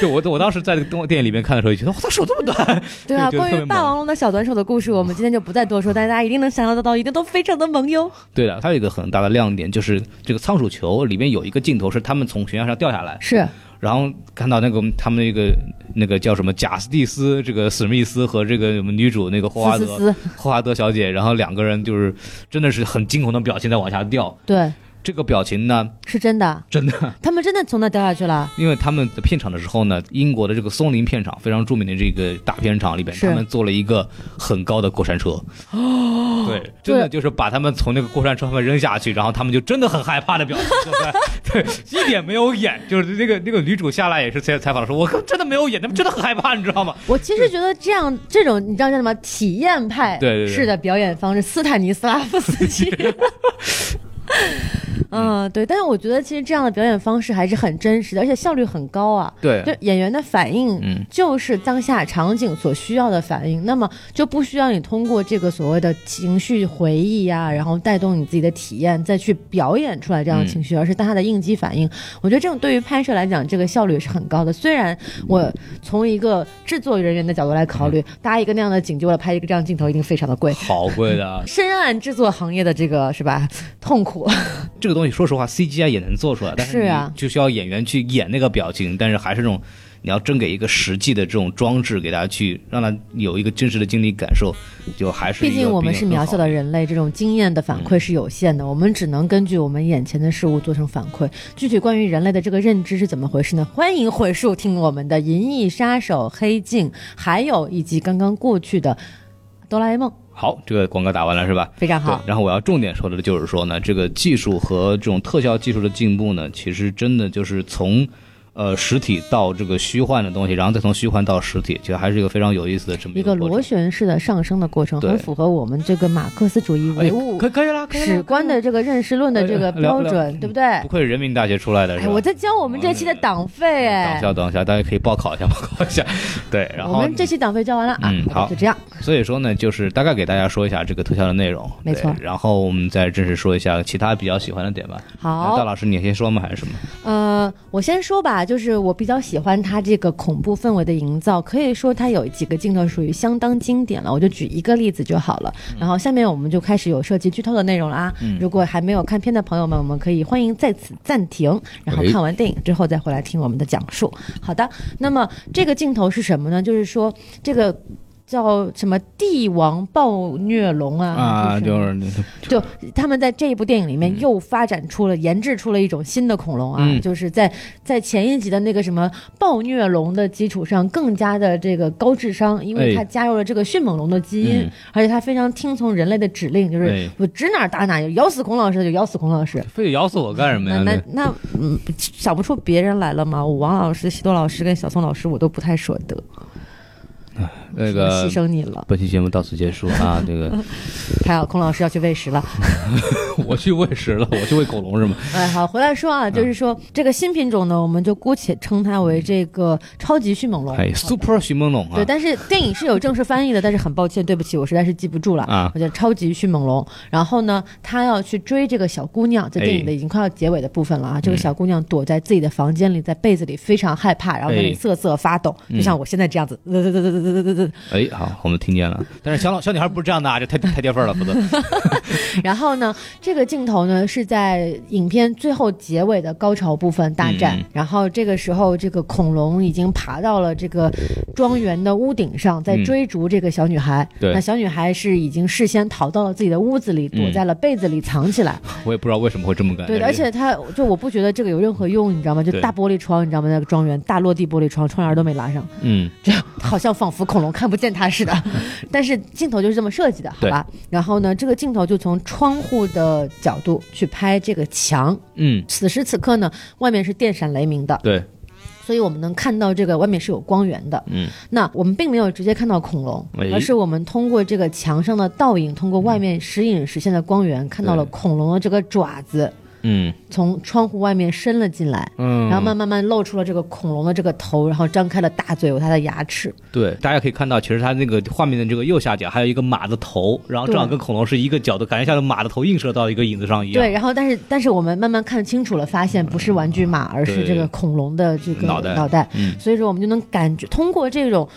C: 对我我当时在动电影里面看的时候，也觉得我操手这么短，
B: 对啊，
C: 就就
B: 关
C: 特
B: 于
C: 别
B: 霸
C: 猛
B: 王龙的小短手的故事，我们今天就不再多说，但是大家一定能想象得到，一定都非常的萌哟。
C: 对的，它有一个很大的亮点就是这个仓鼠球里面有一个镜头是他们从悬崖上掉下来，
B: 是
C: 然后看到那个他们那个那个叫什么贾斯蒂斯，这个史密斯和这个女主那个霍华
B: 思
C: 德
B: 思思，
C: 霍华德小姐，然后两个人就是真的是很惊恐的表情在往下掉。
B: 对，
C: 这个表情呢，
B: 是真的，
C: 真的，
B: 他们真的从那掉下去了。
C: 因为他们的片场的时候呢，英国的这个松林片场非常著名的这个大片场里边，
B: 是
C: 他们做了一个很高的过山车。哦，对，真的就是把他们从那个过山车上面扔下去，然后他们就真的很害怕的表情，对不对，对，一点没有演，就是那个那个女主下来也是采采访的时候，我真的没有演，他们真的很害怕，你知道吗？
B: 我其实觉得这样这种你知道叫什么体验派
C: 对对对
B: 式的表演方式，斯坦尼斯拉夫斯
C: <laughs>
B: 基。嗯，对，但是我觉得其实这样的表演方式还是很真实的，而且效率很高啊。
C: 对
B: 就演员的反应
C: 嗯，
B: 就是当下场景所需要的反应，那么就不需要你通过这个所谓的情绪回忆呀、然后带动你自己的体验，再去表演出来
C: 嗯
B: 这样的情绪，而是当下的应激反应。我觉得这种对于拍摄来讲，这个效率是很高的。虽然我从一个制作人员的角度来考
C: 嗯
B: 虑，搭一个那样的景，就为了拍一个这样的镜头，一定非常的贵。
C: 好贵的啊，
B: 深谙制作行业的这个是吧痛苦，
C: 这个东西说实话，CGI 也能做出来，但
B: 是
C: 你
B: 啊
C: 就需要演员去演那个表情，但是还是这种，你要真给一个实际的这种装置给大家去，让他有一个真实的经历感受，就还是一
B: 毕
C: 个
B: 竟我们是
C: 比较
B: 渺
C: 更好嗯
B: 小的。人类，这种经验的反馈是有限的，我们只能根据我们眼前的事物做成反馈。具体关于人类的这个认知是怎么回事呢？欢迎回溯听我们的《银翼杀手》《黑镜》，还有以及刚刚过去的《哆啦 A 梦》，
C: 好，这个广告打完了是吧？
B: 非常
C: 对
B: 好。，
C: 然后我要重点说的就是说呢，这个技术和这种特效技术的进步呢，其实真的就是从。呃，实体到这个虚幻的东西，然后再从虚幻到实体，其实还是一个非常有意思的这么
B: 一个
C: 过
B: 螺
C: 程。
B: 旋式的上升的过程，
C: 对
B: 很符合我们这个马克思主义
C: 哎
B: 唯物
C: 可可以了，可以了
B: 史观的这个认识论的这个
C: 哎聊
B: 标
C: 聊
B: 准，对不对？
C: 不嗯愧是人民大学出来的，是
B: 哎，
C: 吧？
B: 我在交我们这期的党费
C: 等一
B: 哎，
C: 下，等一下，大家可以报考一下，报考 <laughs> 一下。对，嗯然
B: 我
C: 后
B: 们这期党费交完了啊
C: 嗯，好
B: 就这样。
C: 所以说呢，就是大概给大家说一下这个特效的内容，
B: 没错
C: 对然后我们再正式说一下其他比较喜欢的点吧。
B: 好，
C: 大老师你先说吗？还是什么？
B: 呃，我先说吧，就是我比较喜欢它这个恐怖氛围的营造，可以说它有几个镜头属于相当经典了，我就举一个例子就好了。然后下面我们就开始有涉及剧透的内容了啊！如果还没有看片的朋友们，我们可以欢迎在此暂停，然后
C: 哎
B: 看完电影之后再回来听我们的讲述。好的，那么这个镜头是什么呢？就是说这个。叫什么帝王暴虐龙啊？还什么
C: 就是
B: 就他们在这一部电影里面又发展出了、研制出了一种新的恐龙啊，
C: 嗯
B: 就是在在前一集的那个什么暴虐龙的基础上，更加的这个高智商，因为
C: 哎
B: 它加入了这个迅猛龙的基因，
C: 嗯
B: 而且它非常听从人类的指令，就是
C: 哎
B: 我指哪儿打哪儿，咬死孔老师就咬死孔老师。
C: 非得咬死我干什么
B: 那
C: 呀？
B: 那那，嗯，想不出别人来了吗？我王老师、西多老师跟小宋老师，我都不太舍得，
C: 那那
B: 我
C: 个
B: 牺牲你了。
C: 本期节目到此结束
B: <laughs>
C: 啊！这个
B: 还有孔老师要去喂食了。
C: 我去喂食了，我去喂狗笼是吗？
B: 哎，好，回来说
C: 嗯
B: 啊，就是说、这个新品种呢，我们就姑且称它为这个超级迅猛龙。
C: 哎，Super 徐梦龙啊
B: 对，！但是电影是有正式翻译的，但是很抱歉，对不起，我实在是记不住了。
C: 啊
B: 我叫超级迅猛龙。然后呢，他要去追这个小姑娘，在电影
C: 哎
B: 的已经快要结尾的部分了
C: 嗯
B: 啊。这个小姑娘躲在自己的房间里，在被子里非常害怕，然后那里
C: 哎
B: 瑟瑟发抖，就像我现在这样子。呃呃呃呃呃呃呃呃
C: 哎，好，我们听见了。但是小老小女孩不是这样的啊，这太太掉份儿了，否则
B: 然后呢，这个镜头呢是在影片最后结尾的高潮部分大战。
C: 嗯
B: 然后这个时候，这个恐龙已经爬到了这个庄园的屋顶上，在
C: 嗯
B: 追逐这个小女孩。
C: 对
B: 那小女孩是已经事先逃到了自己的屋子里，躲
C: 嗯
B: 在了被子里藏起来。
C: 我也不知道为什么会这么干。
B: 对的，
C: 但
B: 而
C: 是
B: 且她就我不觉得这个有任何用，你知道吗？就
C: 对
B: 大玻璃窗，你知道吗？那个庄园大落地玻璃窗，窗帘都没拉上。
C: 嗯，
B: 这样好像仿佛恐龙看不见它似
C: <laughs>
B: 的，但是镜头就是这么设计的，好吧？然后呢，这个镜头就从窗户的角度去拍这个墙。
C: 嗯，
B: 此时此刻呢，外面是电闪雷鸣的，
C: 对，
B: 所以我们能看到这个外面是有光源的。
C: 嗯，
B: 那我们并没有直接看到恐龙，
C: 哎
B: 而是我们通过这个墙上的倒影，通过外面时隐时现的光源，看到了
C: 对
B: 恐龙的这个爪子
C: 嗯
B: 从窗户外面伸了进来。
C: 嗯，
B: 然后慢慢慢露出了这个恐龙的这个头，然后张开了大嘴，有它的牙齿。
C: 对，大家可以看到，其实它那个画面的这个右下角还有一个马的头，然后正好
B: 对
C: 跟恐龙是一个角度，感觉像是马的头映射到一个影子上一样。
B: 对，，然后但是但是我们慢慢看清楚了，发现不是玩具马，而是
C: 对
B: 这个恐龙的这个
C: 脑袋
B: 脑袋。
C: 嗯
B: 所以说，我们就能感觉通过这种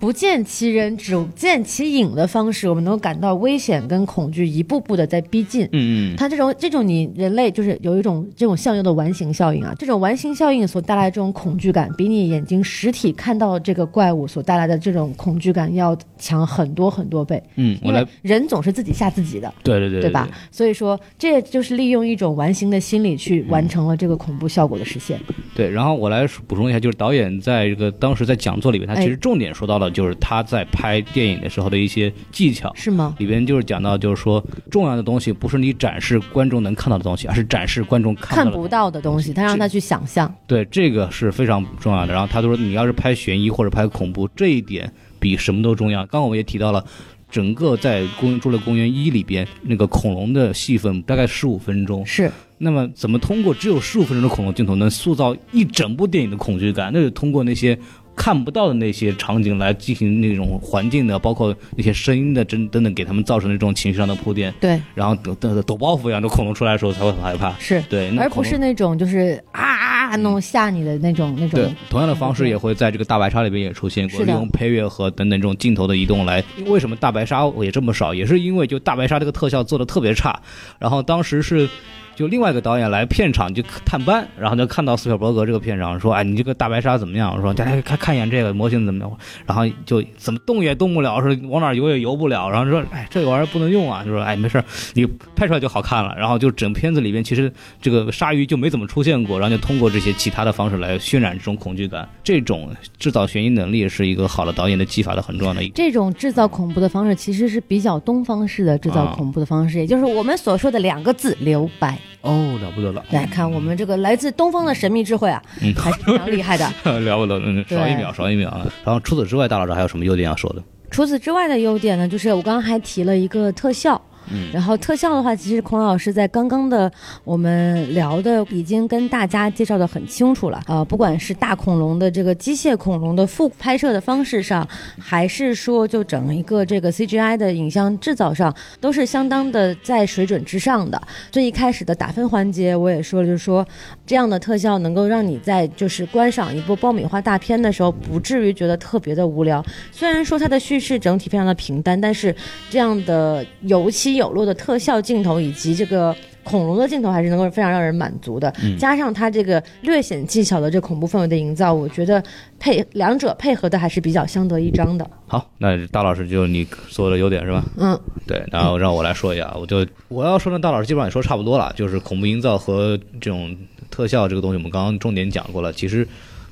B: 不见其人只见其影的方式，我们能够感到危险跟恐惧一步步的在逼近。
C: 嗯嗯，
B: 它这种这种你人类就是就是有一种这种象征的完形效应啊，这种完形效应所带来的这种恐惧感，比你眼睛实体看到这个怪物所带来的这种恐惧感要强很多很多倍。
C: 嗯，我
B: 因
C: 来
B: 为，人总是自己吓自己的，
C: 对对对
B: 对吧？？所以说，这也就是利用一种完形的心理去完成了这个恐怖效果的实现。
C: 对，然后我来补充一下，就是导演在这个当时在讲座里面，他
B: 哎
C: 其实重点说到了就是他在拍电影的时候的一些技巧。
B: 是吗？
C: 里边就是讲到，就是说重要的东西不是你展示观众能看到的东西，而是展示观众看
B: 看
C: 不到的东
B: 不
C: 西。
B: 到的东西，他让他去想象。
C: 对，这个是非常重要的。然后他就说，你要是拍悬疑或者拍恐怖，这一点比什么都重要。刚刚我们也提到了，整个在《公侏罗公园一》里边，那个恐龙的戏份大概十五分钟。
B: 是
C: 那么，怎么通过只有十五分钟的恐龙镜头，能塑造一整部电影的恐惧感？那就通过那些看不到的那些场景来进行那种环境的，包括那些声音的，真等等，给他们造成那种情绪上的铺垫。
B: 对，
C: 然后抖抖抖包袱一样，这恐龙出来的时候才会很害怕。
B: 是，
C: 对，那
B: 而
C: 恐
B: 不
C: 龙
B: 是那种就是啊啊啊那种吓你的那种那
C: 对
B: 种。，
C: 同样的方式也会在这个大白鲨里边也出现过，
B: 是的
C: 利用配乐和等等这种镜头的移动来。为什么大白鲨也这么少？也是因为就大白鲨这个特效做的特别差，然后当时是。就另外一个导演来片场就探班，然后就看到斯皮尔伯格这个片场说：“哎，你这个大白鲨怎么样？”我说：“大家看看一眼这个模型怎么样？”然后就怎么动也动不了，说往哪儿游也游不了。然后说：“哎，这玩意儿不能用啊。”就说：“哎，没事儿，你拍出来就好看了。”然后就整片子里边其实这个鲨鱼就没怎么出现过，然后就通过这些其他的方式来渲染这种恐惧感。这种制造悬疑能力是一个好的导演的技法的很重要的一
B: 这种制造恐怖的方式其实是比较东方式的制造恐怖的方
C: 啊
B: 式，也就是我们所说的两个字“留白
C: 哦，了不得了”。
B: 来看我们这个来自东方的神秘智慧啊，
C: 嗯
B: <laughs> 还是非常厉害的。
C: 了不得，嗯，
B: 对
C: 少一秒，少一秒啊！然后除此之外，大老师还有什么优点要说的？
B: 除此之外的优点呢，就是我刚刚还提了一个特效。
C: 嗯
B: 然后特效的话，其实孔老师在刚刚的我们聊的已经跟大家介绍的很清楚了啊、呃不管是大恐龙的这个机械恐龙的复拍摄的方式上，还是说就整一个这个 CGI 的影像制造上，都是相当的在水准之上的。最一开始的打分环节我也说了，就是说这样的特效能够让你在就是观赏一部爆米花大片的时候，不至于觉得特别的无聊，虽然说它的叙事整体非常的平淡，但是这样的有起有落的特效镜头以及这个。恐龙的镜头还是能够非常让人满足的，
C: 嗯
B: 加上它这个略显技巧的这恐怖氛围的营造，我觉得配两者配合的还是比较相得益彰的。
C: 好，那大老师就是你所有的优点是吧？
B: 嗯，
C: 对，然后让我来说一下，我就我要说呢，大老师基本上也说差不多了，就是恐怖营造和这种特效这个东西，我们刚刚重点讲过了。其实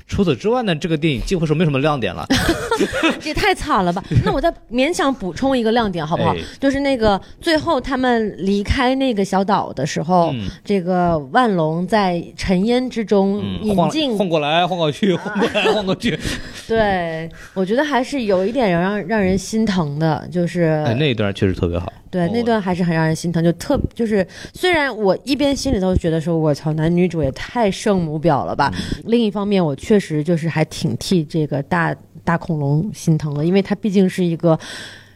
C: 除此之外呢，这个电影几乎是没什么亮点了。
B: 这也太惨了吧？那我再勉强补充一个亮点好不好？
C: 哎
B: 就是那个最后他们离开那个小岛的时候，
C: 嗯
B: 这个万龙在尘烟之中
C: 嗯，
B: 引
C: 晃
B: 进
C: 晃过来，晃过去，晃过来，晃
B: <laughs>
C: 过去。
B: 对，我觉得还是有一点让让人心疼的，就是、
C: 哎，那一段确实特别好。
B: 对那段还是很让人心疼，就特就是虽然我一边心里头觉得说我操男女主也太圣母婊了吧，
C: 嗯
B: 另一方面我确实就是还挺替这个大大恐龙心疼的，因为它毕竟是一个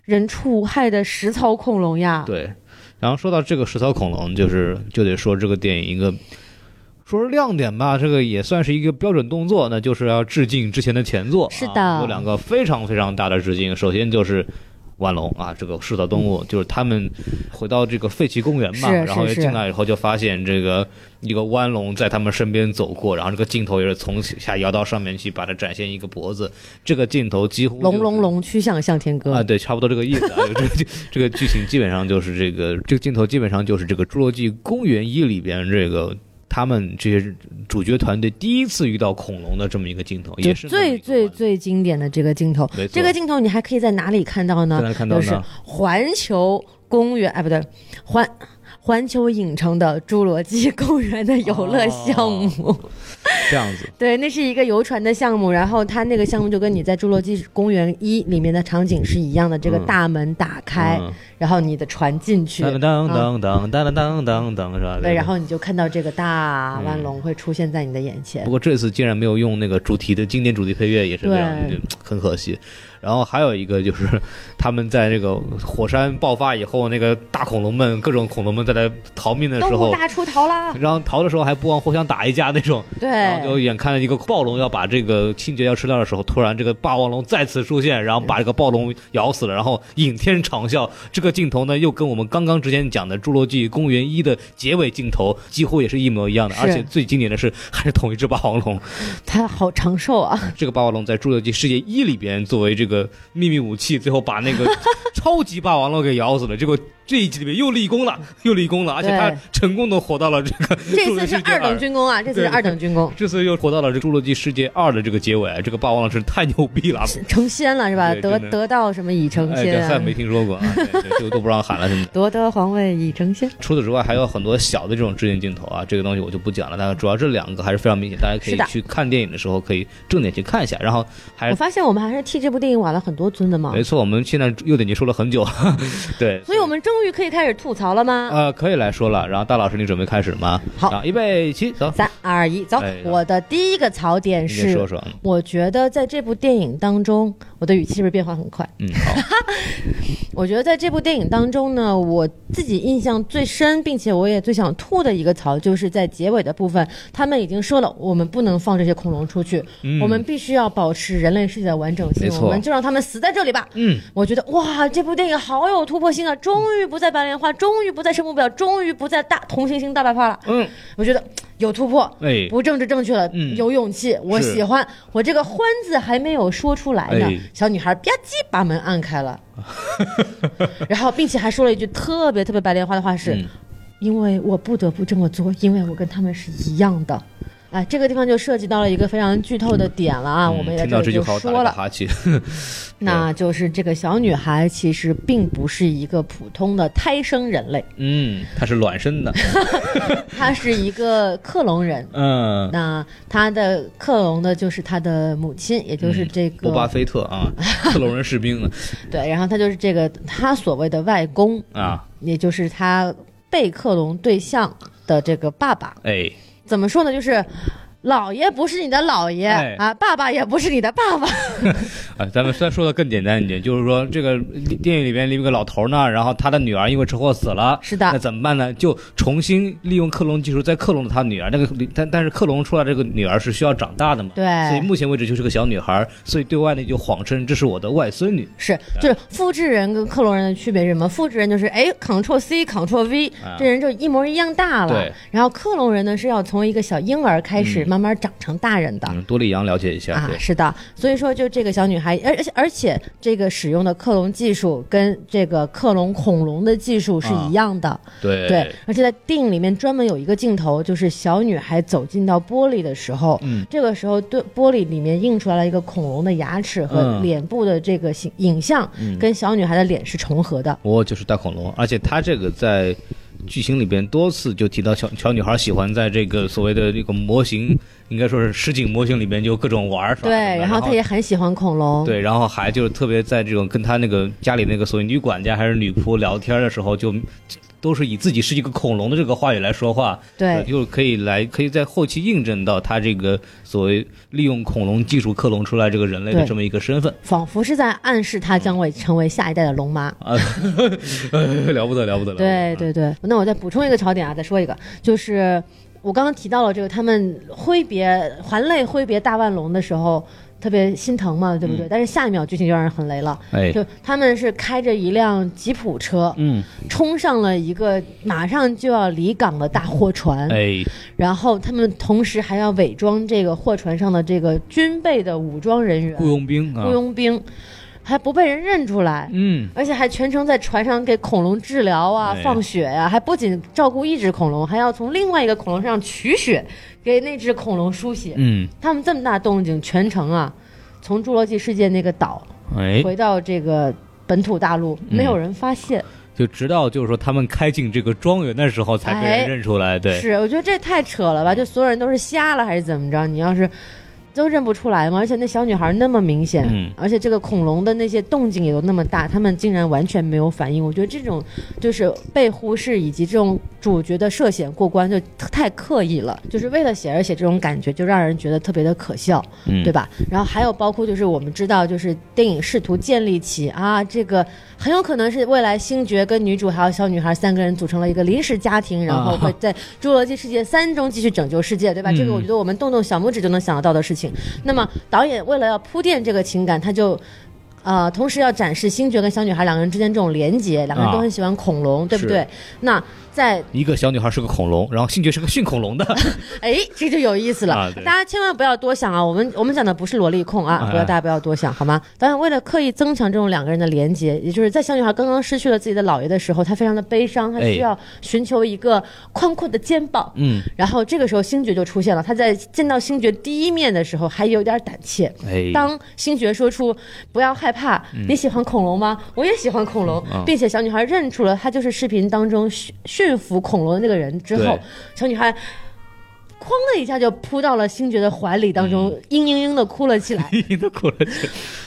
B: 人畜无害的食草恐龙呀。
C: 对，然后说到这个食草恐龙，就是就得说这个电影一个。说是亮点吧，这个也算是一个标准动作，那就是要致敬之前的前作。
B: 是
C: 啊
B: 的
C: 有两个非常非常大的致敬。首先就是万龙啊，这个食草动物，就是他们回到这个废弃公园嘛，
B: 是
C: 然后
B: 是
C: 一
B: 是
C: 进来以后就发现这个一个弯龙在他们身边走过，然后这个镜头也是从下摇到上面去，把它展现一个脖子。这个镜头几乎
B: 龙
C: 就是
B: 龙龙趋向向天歌，
C: 啊，对，差不多这个意思啊。这个剧这个剧情基本上就是这个这个镜头基本上就是这个《侏罗纪公园一》里边这个他们这些主角团队第一次遇到恐龙的这么一个镜头，也
B: 就是最最
C: 最
B: 最经典的这个镜头
C: 没错。
B: 这个镜头你还可以在哪里看到呢？
C: 在哪里看到呢
B: 就是环球公园，哎，不对，环。环球影城的侏罗纪公园的游乐项目，
C: 哦这样子。
B: <laughs> 对，那是一个游船的项目，然后它那个项目就跟你在《侏罗纪公园一》里面的场景是一样的，这个
C: 嗯
B: 大门打开，
C: 嗯
B: 然后你的船进去，
C: 当当
B: 啊
C: 当当当当当当是吧？
B: 对，然后你就看到这个大湾龙会出现在你的眼前
C: 不。过这次竟然没有用那个主题的经典主题配乐，也是非常
B: 对
C: 很可惜。然后还有一个就是他们在这个火山爆发以后，那个大恐龙们各种恐龙们在嗯那逃命的时
B: 动物
C: 候，
B: 大出逃 <laughs> 啦！
C: 然后逃的时候还不忘互相打一架那种。 <laughs> 然后 <laughs>
B: 对，
C: 就眼看着一个暴龙要把这个清洁要吃掉的时候，突然这个霸王龙再次出现，然后把这个暴龙咬死了，然后引天长啸。这个镜头呢，又跟我们刚刚之前讲的《侏罗纪公园一》的结尾镜头几乎也是一模一样的，
D: 是
C: 而且最经典的是还是同一只霸
B: <laughs>
C: 王龙。
B: 它好长寿
C: <laughs>
B: 啊！
C: 这个霸王龙在《侏罗纪世界一》里边作为这个秘密武器，最后把那个超级霸王龙给咬死了。结果这一集里面又立功了，又立功了，而且他
B: 对
C: 成功的活到了这个
B: 这
C: 侏罗
B: 次
C: 纪
B: 是
C: 世界
B: 二等军功啊，这次是
C: 对
B: 二等军功，
C: 这次又活到了这个《侏罗纪世界二》的这个结尾，这个霸王龙真是太牛逼了！
B: 成仙了是吧？
C: 对
B: 得
C: 真的
B: 得到什么已成
C: 哎，这
B: 仙
C: 还
B: 啊？
C: 没听说过啊， <laughs> 对对这个都不让喊了什么的。
D: 夺得皇位已成仙。
C: 除此之外，还有很多小的这种致敬镜头啊，这个东西我就不讲了。但主要这两个还是非常明显，大家可
B: 是
C: 以
B: 的
C: 去看电影的时候可以重点去看一下。然后还
B: 我发现我们还是替这部电影挽了很多尊的嘛
C: 没，错，我们现在又得你说
B: <laughs>
C: 了很久，对，
B: 所以我们终于可以开始吐槽了吗？
C: 呃可以来说了。然后大老师，你准备开始吗？
B: 好
C: 啊，预备起，走，
B: 三二一，走
C: 哎！
B: 我的第一个槽点
C: 你先
B: 是
C: 说，说，
B: 我觉得在这部电影当中，我的语气是不是变化很快？
C: 嗯，好，
B: 我觉得在这部电影当中呢，我自己印象最深，并且我也最想吐的一个槽，就是在结尾的部分，他们已经说了，我们不能放这些恐龙出去，我们必须要保持人类世界的完整性
C: 嗯没，错
B: 我们就让他们死在这里吧。
C: 嗯，
B: 我觉得哇，这部电影好有突破性啊！终于不再白莲花，终于不再圣母婊，终于不再大同情心大白话了。
C: 嗯，
B: 我觉得嘖有突破，
C: 哎，
B: 不政治正确了，
C: 嗯
B: 有勇气，我喜欢。我这个“欢”字还没有说出来呢，
C: 哎
B: 小女孩吧唧把门按开
C: <laughs>
B: 了，然后并且还说了一句特别特别白莲花的话是：“
C: 嗯
B: 因为我不得不这么做，因为我跟他们是一样的。”哎，这个地方就涉及到了一个非常剧透的点了啊！我们
C: 嗯
B: 也在
C: 听到
B: 这
C: 这
B: 里就
C: 句话，我打了
B: 说
C: 个
B: 了，
C: 哈欠。
B: 那就是这个小女孩其实并不是一个普通的胎生人类，
C: 嗯，它是卵生的，
B: 她是一个克隆人。
C: 嗯，
B: 那他的克隆的就是他的母亲，也就是这
C: 波嗯
B: 个、
C: 巴菲特
B: <laughs>
C: 啊，克隆人士兵啊
B: 对，然后他就是这个他所谓的外公，
C: 啊，
B: 也就是他被克隆对象的这个爸爸。
C: 哎，
B: 怎么说呢？就是姥爷不是你的姥爷、
C: 哎
B: 啊，爸爸也不是你的爸爸。
C: 啊，咱们再说的更简单一点，就是说这个电影里边有一个老头呢，然后他的女儿因为车祸死了。
B: 是
C: 那
B: 的，
C: 怎么办呢？就重新利用克隆技术再克隆了他女儿。那个但但是克隆出来这个女儿是需要长大的嘛？所
B: 对，
C: 以目前为止就是个小女孩，所以对外呢就谎称这是我的外孙女。
B: 是
C: 哎
B: 就是复制人跟克隆人的区别是什么？复制人就是哎，Ctrl C Ctrl V，、
C: 啊
B: 这人就一模一样大了
C: 对。嗯
B: 然后克隆人呢是要从一个小婴儿开始慢慢长成大人的。
C: 嗯，多利羊了解一下，
B: 啊
C: 对，，
B: 是的，所以说就这个小女孩，而而且而且这个使用的克隆技术跟这个克隆恐龙的技术
C: 啊
B: 是一样的，
C: 对
B: 对，而且在电影里面专门有一个镜头，就是小女孩走进到玻璃的时候，
C: 嗯
B: 这个时候对玻璃里面映出来了一个恐龙的牙齿和
C: 嗯
B: 脸部的这个形影像，跟小女孩的脸是重合的，
C: 我就是大恐龙，而且他这个在剧情里边多次就提到小小女孩喜欢在这个所谓的这个模型，应该说是实景模型里边就各种玩儿耍什么
B: 对，
C: 的。
B: 然后她也很喜欢恐龙，
C: 对，然后还就是特别在这种跟他那个家里那个所谓女管家还是女仆聊天的时候，就都是以自己是一个恐龙的这个话语来说话，
B: 对
C: 就可以来可以在后期印证到他这个所谓利用恐龙技术克隆出来这个人类的
B: 对
C: 这么一个身份 <laughs>
B: 仿佛是在暗示她将会成为下一代的龙妈。
C: 啊，了不得了不得了不得，
B: 对对对，那我再补充一个槽点啊，再说一个，就是我刚刚提到了这个他们挥别环泪挥别大腕龙的时候。特别心疼嘛，对不
C: 嗯
B: 对？但是下一秒剧情就让人很雷了，
C: 哎
B: 就他们是开着一辆吉普车，
C: 嗯
B: 冲上了一个马上就要离港的大货船，
C: 哎
B: 然后他们同时还要伪装这个货船上的这个军备的武装人员、
C: 雇佣兵啊
B: 雇佣兵，还不被人认出来，
C: 嗯
B: 而且还全程在船上给恐龙治疗啊、
C: 哎
B: 放血呀、还不仅照顾一只恐龙，还要从另外一个恐龙身上取血，给那只恐龙输血。
C: 嗯
B: 他们这么大动静，全程啊，从侏罗纪世界那个岛
C: 哎，
B: 回到这个本土大陆，
C: 嗯
B: 没有人发现。
C: 就直到就是说他们开进这个庄园的时候才被
B: 哎
C: 人认出来，对，
B: 是，我觉得这太扯了吧？就所有人都是瞎了还是怎么着？你要是都认不出来嘛。而且那小女孩那么明显，
C: 嗯
B: 而且这个恐龙的那些动静也都那么大，他们竟然完全没有反应。我觉得这种就是被忽视，以及这种主角的涉险过关就太刻意了，就是为了写而写这种感觉，就让人觉得特别的可笑。
C: 嗯，
B: 对吧？然后还有包括就是我们知道，就是电影试图建立起啊，这个很有可能是未来星爵跟女主还有小女孩三个人组成了一个临时家庭，然
C: 啊
B: 后会在侏罗纪世界三中继续拯救世界，对吧？这个
C: 嗯
B: 我觉得我们动动小拇指就能想得到的事情。那么导演为了要铺垫这个情感，他就。呃，同时要展示星爵跟小女孩两个人之间这种连结，两个人都
C: 啊
B: 很喜欢恐龙，对不对
C: 是？
B: 那在
C: 一个小女孩是个恐龙，然后星爵是个驯恐龙
B: <laughs>
C: 的，
B: 哎，这就有意思了。
C: 啊对
B: 大家千万不要多想啊，我们我们讲的不是萝莉控啊，
C: 哎
B: 不要大家不要多想好吗？当然，为了刻意增强这种两个人的连接，也就是在小女孩刚刚失去了自己的姥爷的时候，她非常的悲伤，她
C: 哎
B: 需要寻求一个宽阔的肩膀。
C: 嗯，
B: 然后这个时候星爵就出现了，他在见到星爵第一面的时候还有点胆怯。
C: 哎，
B: 当星爵说出“不要害怕，你喜欢恐龙吗？我也喜欢恐龙”，
C: 嗯
B: 并且小女孩认出了他就是视频当中驯驯服恐龙的那个人之后
C: 对，
B: 小女孩。哐的一下就扑到了星爵的怀里，当中
C: 嗯
B: 嘤嘤嘤的哭了起
C: <laughs>
B: 来。
C: 你都哭了，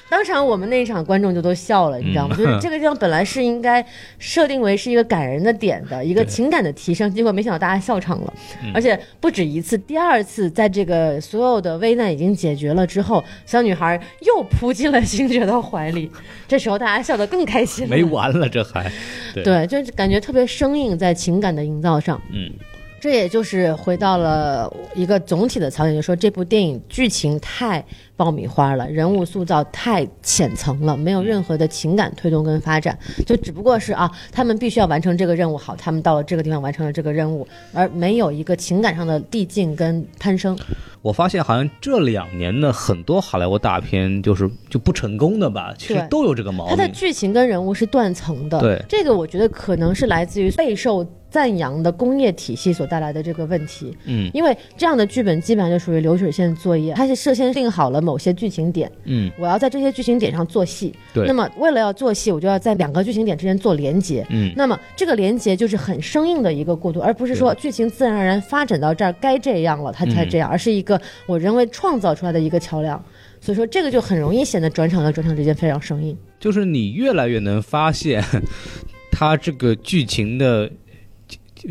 B: 当场我们那一场观众就都笑了，你知道吗？就是这个地方本来是应该设定为是一个感人的点的一个情感的提升，结果没想到大家笑场了，而且不止一次，第二次在这个所有的危难已经解决了之后，小女孩又扑进了星爵的怀里，这时候大家笑得更开心了。
C: 没完了，这还，对
B: 对，就是感觉特别生硬在情感的营造上。
C: 嗯，
B: 这也就是回到了一个总体的槽点，就是说这部电影剧情太爆米花了，人物塑造太浅层了，没
C: 嗯
B: 有任何的情感推动跟发展，就只不过是啊，他们必须要完成这个任务，好，他们到了这个地方完成了这个任务，而没有一个情感上的递进跟攀升。
C: 我发现好像这两年的很多好莱坞大片就是就不成功的吧，其实
B: 对
C: 都有这个毛
B: 它的
C: 病。
B: 剧情跟人物是断层的，
C: 对
B: 这个我觉得可能是来自于备受赞扬的工业体系所带来的这个问题。
C: 嗯
B: 因为这样的剧本基本上就属于流水线作业，它是事先定好了某些剧情点，
C: 嗯，
B: 我要在这些剧情点上做戏。
C: 对
B: 那么为了要做戏，我就要在两个剧情点之间做连接。
C: 嗯，
B: 那么这个连接就是很生硬的一个过渡，而不是说剧情自然而然发展到这儿该这样了，它
C: 嗯
B: 才这样，而是一个我认为创造出来的一个桥梁。所以说这个就很容易显得转场和转场之间非常生硬。
C: 就是你越来越能发现 <laughs> 它这个剧情的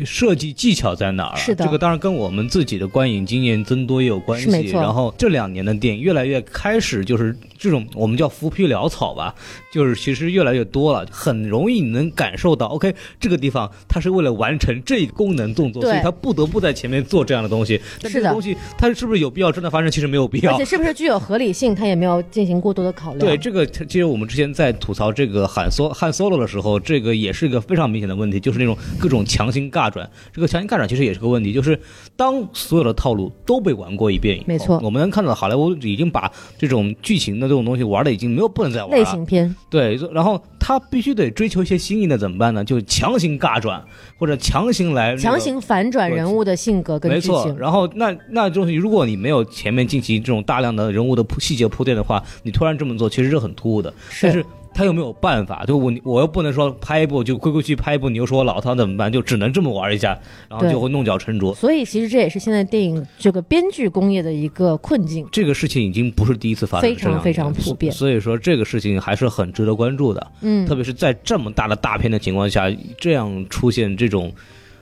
C: 设计技巧在哪儿了。啊
B: 是的
C: 这个当然跟我们自己的观影经验增多也有关
B: 是没
C: 系。
B: 错
C: 然后这两年的电影越来越开始就是这种我们叫浮皮潦草吧，就是其实越来越多了，很容易能感受到。OK，这个地方它是为了完成这一功能动作，
B: 对
C: 所以它不得不在前面做这样的东西。但
B: 是
C: 这
B: 的
C: 个东西它是不是有必要真的发生？其实没有必要
B: 而且。是不是具有合理性，它也没有进行过多的考量。
C: 对这个，其实我们之前在吐槽这个喊 solo 汉 solo 的时候，这个也是一个非常明显的问题，就是那种各种强行尬转。这个强行尬转其实也是个问题，就是当所有的套路都被玩过一遍以后，
B: 没错
C: 我们能看到好莱坞已经把这种剧情的这种东西玩的已经没有不能再玩了。
B: 类型片，
C: 对，然后他必须得追求一些新意，那怎么办呢？就强行尬转，或者强行来、那个、
B: 强行反转人物的性格跟
C: 没
B: 剧
C: 错
B: 情，。
C: 然后那那就是如果你没有前面进行这种大量的人物的铺细节铺垫的话，你突然这么做其实是很突兀的。
B: 是
C: 但是他又没有办法，就我我又不能说拍一部就规规矩矩拍一部，你又说我老套怎么办？就只能这么玩一下，然后
B: 对
C: 就会弄巧成拙。
B: 所以其实这也是现在电影这个编剧工业的一个困境。
C: 这个事情已经不是第一次发生，
B: 非常
C: 这两年
B: 非常普遍
C: 所以说这个事情还是很值得关注的。
B: 嗯
C: 特别是在这么大的大片的情况下，这样出现这种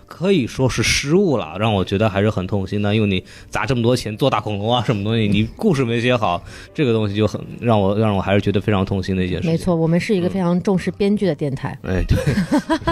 C: 可以说是失误了，让我觉得还是很痛心的。因为你砸这么多钱做大恐龙啊，什么东西，你故事没写好，这个东西就很让我让我还是觉得非常痛心的一件事情。
B: 没错，我们是一个非常重视编剧的电台。
C: 哎，对。 <laughs>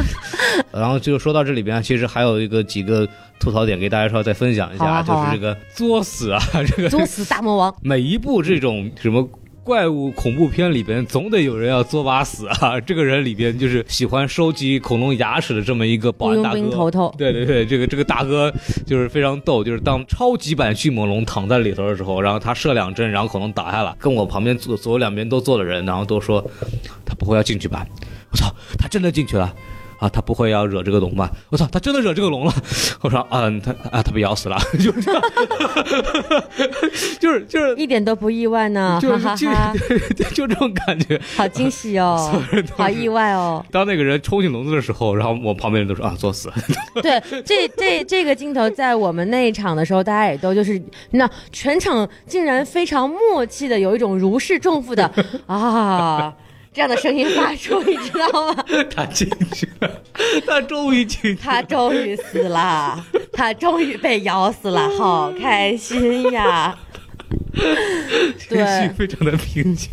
C: 然后就说到这里边，其实还有一个几个吐槽点给大家稍微再分享一下，
B: 好啊好啊
C: 就是这个作死啊，这
B: <laughs>
C: 个
B: 作死大魔
C: <laughs>
B: 王，
C: 每一部这种什么。怪物恐怖片里边总得有人要作把死啊！这个人里边就是喜欢收集恐龙牙齿的这么一个保
B: 雇
C: 安
B: 佣
C: 大
B: 兵头
C: 哥。
B: 头，
C: 对对对，这个这个大哥就是非常逗，就是当超级版迅猛龙躺在里头的时候，然后他射两针，然后恐龙打下来，跟我旁边坐左右两边都坐的人，然后都说他不会要进去吧？我操，他真的进去了！啊，他不会要惹这个龙吧？我操，他真的惹这个龙了！ <laughs> 我说啊，他啊，他被咬死了， <laughs> 就是这样，就是就是
B: 一点都不意外呢，
C: 就
B: 哈
C: 是
B: 哈
C: 就 <laughs>
B: 哈，
C: 是就这种感觉。
B: 好惊喜
C: <laughs>
B: 哦，好意外哦。
C: 当那个人冲进笼子的时候，然后我旁边人都说啊，作死。 <laughs>
B: 对，这这这个镜头在我们那一场的时候，大家也都就是那全场竟然非常默契的有一种如释重负的啊这样的声音发出，你知道吗？
C: 他进去了，他终于进去了。
B: 他终于死了，他终于被咬死了，好开心呀！
C: 情绪
B: 对
C: 非常的平静。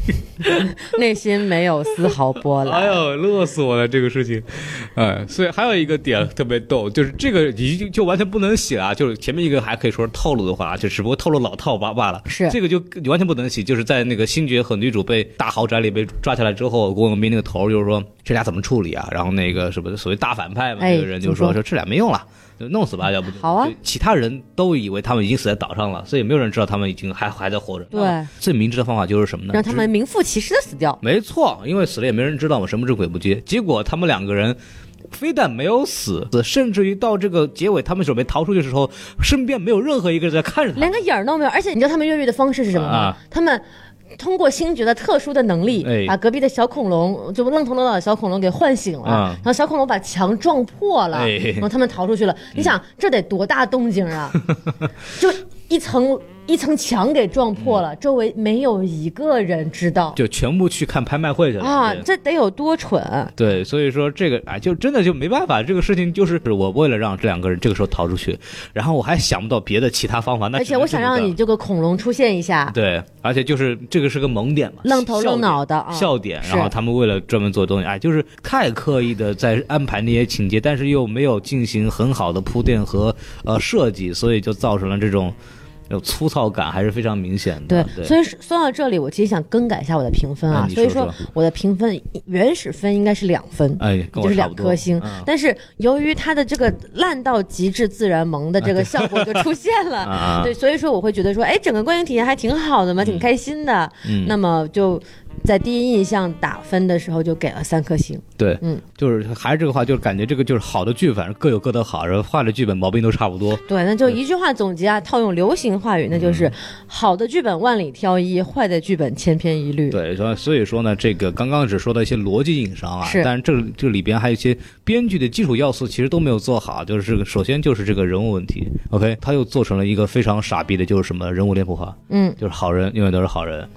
C: <laughs>
B: 内心没有丝毫波澜。
C: 哎呦，乐死我了这个事情， <laughs> 哎，所以还有一个点特别逗，就是这个已经就完全不能写了啊，就是前面一个还可以说是套路的话，啊就只不过套路老套罢罢了。
B: 是
C: 这个就完全不能写，就是在那个星爵和女主被大豪宅里被抓起来之后，郭永斌那个头就是说这俩怎么处理啊？然后那个什么所谓大反派嘛，
B: 哎
C: 那个人就
B: 怎
C: 说
B: 么
C: 说这俩没用了。就弄死吧，要不就
B: 好啊
C: 就其他人都以为他们已经死在岛上了，所以没有人知道他们已经还还在活着。
B: 对
C: 啊最明智的方法就是什么呢？
B: 让他
C: 只
B: 们名副其实的死掉。
C: 没错，因为死了也没人知道嘛，神不知鬼不觉。结果他们两个人非但没有死，甚至于到这个结尾，他们准备逃出去的时候，身边没有任何一个人在看着他
B: 连。个影儿都没有。而且你知道他们越狱的方式是什么吗？
C: 啊
B: 他们。通过星爵的特殊的能力，
C: 哎
B: 把隔壁的小恐龙，就愣头愣脑的小恐龙给唤醒了，
C: 啊
B: 然后小恐龙把墙撞破了，
C: 哎
B: 然后他们逃出去了。你想这得多大动静
C: <laughs>
B: 啊！就一层一层墙给撞破
C: 嗯
B: 了，周围没有一个人知道
C: 就全部去看拍卖会去了
B: 啊，
C: 对
B: 这得有多蠢！
C: 对，所以说这个啊，就真的就没办法，这个事情就是我为了让这两个人这个时候逃出去，然后我还想不到别的其他方法，那
B: 而
C: 只
B: 且
C: 能
B: 我想
C: 这么
B: 让
C: 干
B: 你这个恐龙出现一下，
C: 对，而且就是这个是个萌点嘛，
B: 愣头
C: 笑
B: 愣
C: 点
B: 脑的啊
C: 笑点，
B: 是
C: 然后他们为了专门做东西，哎，就是太刻意的在安排那些情节，但是又没有进行很好的铺垫和呃设计，所以就造成了这种有粗糙感还是非常明显的。啊对，
B: 所以说说到这里，我其实想更改一下我的评分啊
C: 嗯，你
B: 所以
C: 说
B: 说我的评分原始分应该是两分。
C: 哎，跟
B: 就
C: 我
B: 是
C: 差
B: 两
C: 不多
B: 颗星，
C: 嗯
B: 但是由于它的这个烂到极致自然萌的这个效果就出现了，
C: <laughs> 啊
B: 对，所以说我会觉得说，哎，整个观影体验还挺好的嘛，挺开心的。
C: 嗯
B: 那么就在第一印象打分的时候就给了三颗星，
C: 对，
B: 嗯，
C: 就是还是这个话，就是感觉这个就是好的剧，反正各有各的好，然后坏的剧本毛病都差不多。
B: 对，那就一句话总结啊，套用流行话语，那
C: 嗯
B: 就是、好的剧本万里挑一，坏的剧本千篇一律。
C: 对，所以所以说呢，这个刚刚只说到一些逻辑硬伤啊，
B: 是
C: 但是这个这里边还有一些编剧的基础要素，其实都没有做好。就是这个首先就是这个人物问题，OK，他又做成了一个非常傻逼的，就是什么人物脸谱化，
B: 嗯，
C: 就是好人永远都是好人。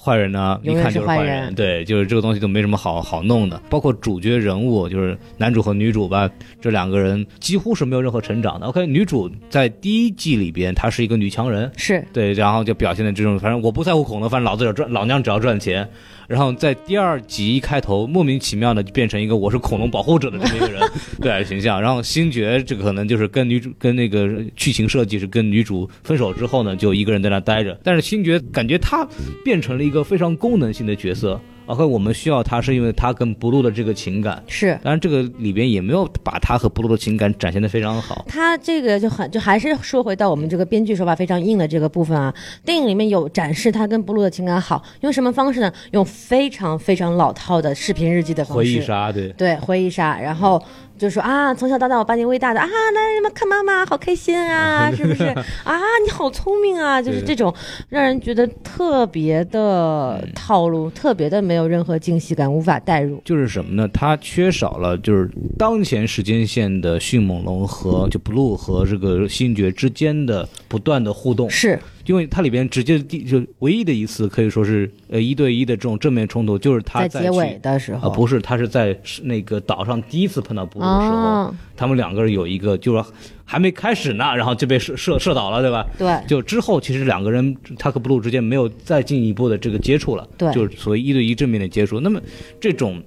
C: 坏人呢，一
B: 永远
C: 看
B: 是
C: 就是
B: 坏
C: 坏
B: 人
C: 对，就是这个东西都没什么好好弄的。包括主角人物，就是男主和女主吧，这两个人几乎是没有任何成长的。OK，女主在第一季里边，她是一个女强人，
B: 是
C: 对，然后就表现的这种，反正我不在乎恐龙，反正老子只要赚，老娘只要赚钱。然后在第二集一开头，莫名其妙的就变成一个我是恐龙保护者的这么一个人对形象。然后星爵这个可能就是跟女主跟那个剧情设计是跟女主分手之后呢，就一个人在那待着。但是星爵感觉他变成了一个非常功能性的角色。OK，我们需要他是因为他跟布鲁的这个情感，
B: 是，
C: 当然这个里边也没有把他和布鲁的情感展现的非常好。
B: 他这个就很就还是说回到我们这个编剧手法非常硬的这个部分啊，电影里面有展示他跟布鲁的情感好，用什么方式呢？用非常非常老套的视频日记的方式，
C: 回忆杀，对，
B: 对回忆杀，然后就说啊，从小到大我把你喂大的啊，来你们看妈妈好开心啊，是不
C: <laughs>
B: 是啊？你好聪明啊，就是
C: 对
B: 这种让人觉得特别的套
C: 嗯
B: 路，特别的没有任何惊喜感，无法代入。
C: 就是什么呢？它缺少了就是当前时间线的迅猛龙和就 Blue 和这个星爵之间的不断的互动，
B: 是
C: 因为它里边直接第就唯一的一次可以说是呃一对一的这种正面冲突，就是他
B: 在
C: 在
B: 结
C: 去
B: 尾的时
C: 啊、
B: 候，
C: 不是，他是在那个岛上第一次碰到 Blue 的时候，
B: 啊
C: 他们两个人有一个就是说还没开始呢，然后就被射射射倒了，对吧？
B: 对
C: 就之后，其实两个人他和 Blue 之间没有再进一步的这个接触了，
B: 对
C: 就是所谓一对一正面的接触。那么这种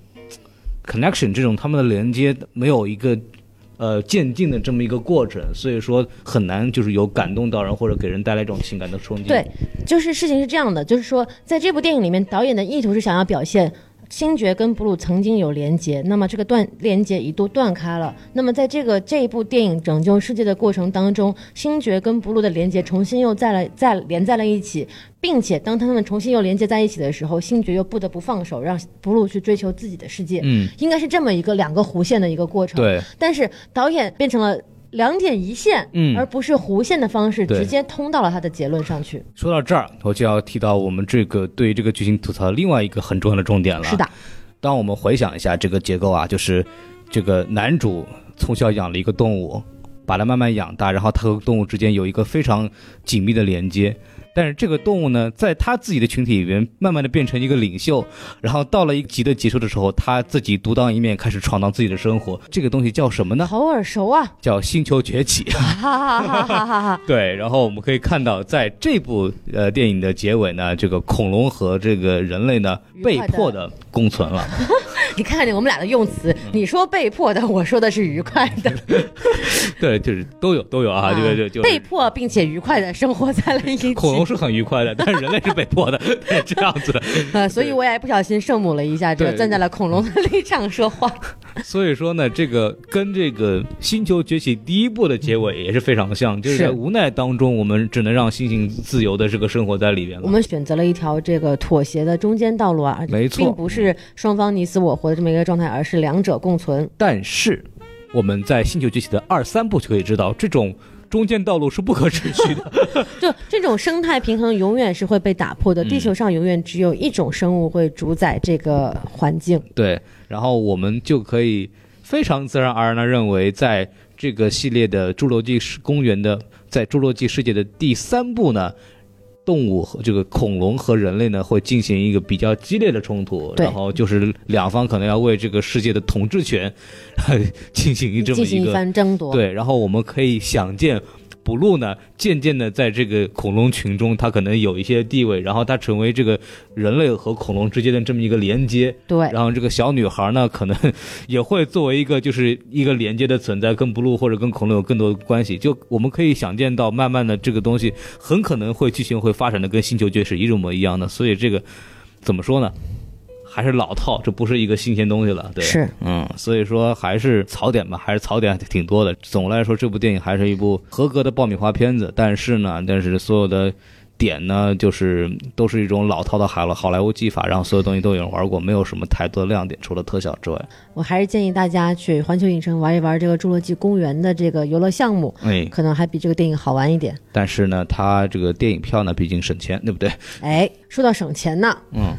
C: connection 这种他们的连接没有一个呃渐进的这么一个过程，所以说很难就是有感动到人或者给人带来一种情感的冲击。
B: 对，就是事情是这样的，就是说，在这部电影里面，导演的意图是想要表现星爵跟布鲁曾经有连结，那么这个断连结一度断开了。那么在这个这一部电影拯救世界的过程当中，星爵跟布鲁的连结重新又再来再连在了一起，并且当他们重新又连接在一起的时候，星爵又不得不放手，让布鲁去追求自己的世界。
C: 嗯，
B: 应该是这么一个两个弧线的一个过程。
C: 对，
B: 但是导演变成了两点一线，
C: 嗯
B: 而不是弧线的方式，
C: 对
B: 直接通到了他的结论上去。
C: 说到这儿，我就要提到我们这个对这个剧情吐槽的另外一个很重要的重点了。
B: 是的，
C: 当我们回想一下这个结构啊，就是这个男主从小养了一个动物，把它慢慢养大，然后他和动物之间有一个非常紧密的连接。但是这个动物呢，在他自己的群体里边，慢慢的变成一个领袖，然后到了一集的结束的时候，他自己独当一面，开始闯荡自己的生活。这个东西叫什么呢？
B: 好耳熟
C: <laughs>
B: 啊！
C: 叫《星球
B: <laughs>
C: 崛起》。
B: 哈哈哈哈哈哈！
C: 对，然后我们可以看到，在这部呃电影的结尾呢，这个恐龙和这个人类呢
B: 愉
C: 被
B: 快地
C: 迫的共存了。
B: 你看看我们俩的用词，
C: 嗯
B: 你说被迫的，我说的是愉快的
C: <laughs> 对，就是都有都有 <laughs> 啊，这个就就
B: 被迫并且愉快的生活在了一起。
C: <laughs> 恐龙是很愉快的，但是人类是被迫
B: <laughs>
C: 的，是这样子的。
B: 呃， <laughs> 所以我也不小心圣母了一下，就
C: 对嗯
B: 站在了恐龙的立场说
C: <laughs>
B: 话。
C: 所以说呢，这个跟这个《星球崛起》第一部的结尾也是非常像，就是
B: 是
C: 在无奈当中，我们只能让猩猩自由的这个生活在里边
B: 我
C: 了。
B: 们选择了一条这个妥协的中间道路啊，
C: 没错
B: 并不是双方你死我活的这么一个状态，而是两者共存。
C: 但是我们在《星球崛起》的二三部就可以知道，这种中间道路是不可持续的。
B: 就这种生态平衡永远是会被打破的，
C: 嗯
B: 地球上永远只有一种生物会主宰这个环境。
C: 对，然后我们就可以非常自然而然的认为，在这个系列的《侏罗纪世公园》的，在《侏罗纪世界》的第三部呢，动物和这个恐龙和人类呢会进行一个比较激烈的冲突，
B: 对
C: 然后就是两方可能要为这个世界的统治权呃进行一这么
B: 进行
C: 一
B: 一
C: 个
B: 番争夺，
C: 对，然后我们可以想见。布鲁呢，渐渐的在这个恐龙群中，它可能有一些地位，然后它成为这个人类和恐龙之间的这么一个连接，
B: 对
C: 然后这个小女孩呢，可能 <laughs> 也会作为一个就是一个连接的存在，跟 Blue 或者跟恐龙有更多的关系。就我们可以想见到，慢慢的这个东西很可能会剧情会发展的跟《星球崛起》一模一样的。所以这个怎么说呢？还是老套，这不是一个新鲜东西了。对，
B: 是
C: 嗯，所以说还是槽点吧，还是槽点挺多的。总的来说，这部电影还是一部合格的爆米花片子，但是呢，但是所有的。点呢，就是都是一种老套的好了好莱坞技法，然后所有东西都有人玩过，没有什么太多的亮点，除了特效之外。
B: 我还是建议大家去环球影城玩一玩这个《侏罗纪公园》的这个游乐项目，
C: 哎，
B: 可能还比这个电影好玩一点。
C: 但是呢，它这个电影票呢，毕竟省钱，对不对？
B: 哎，说到省钱呢，
C: 嗯，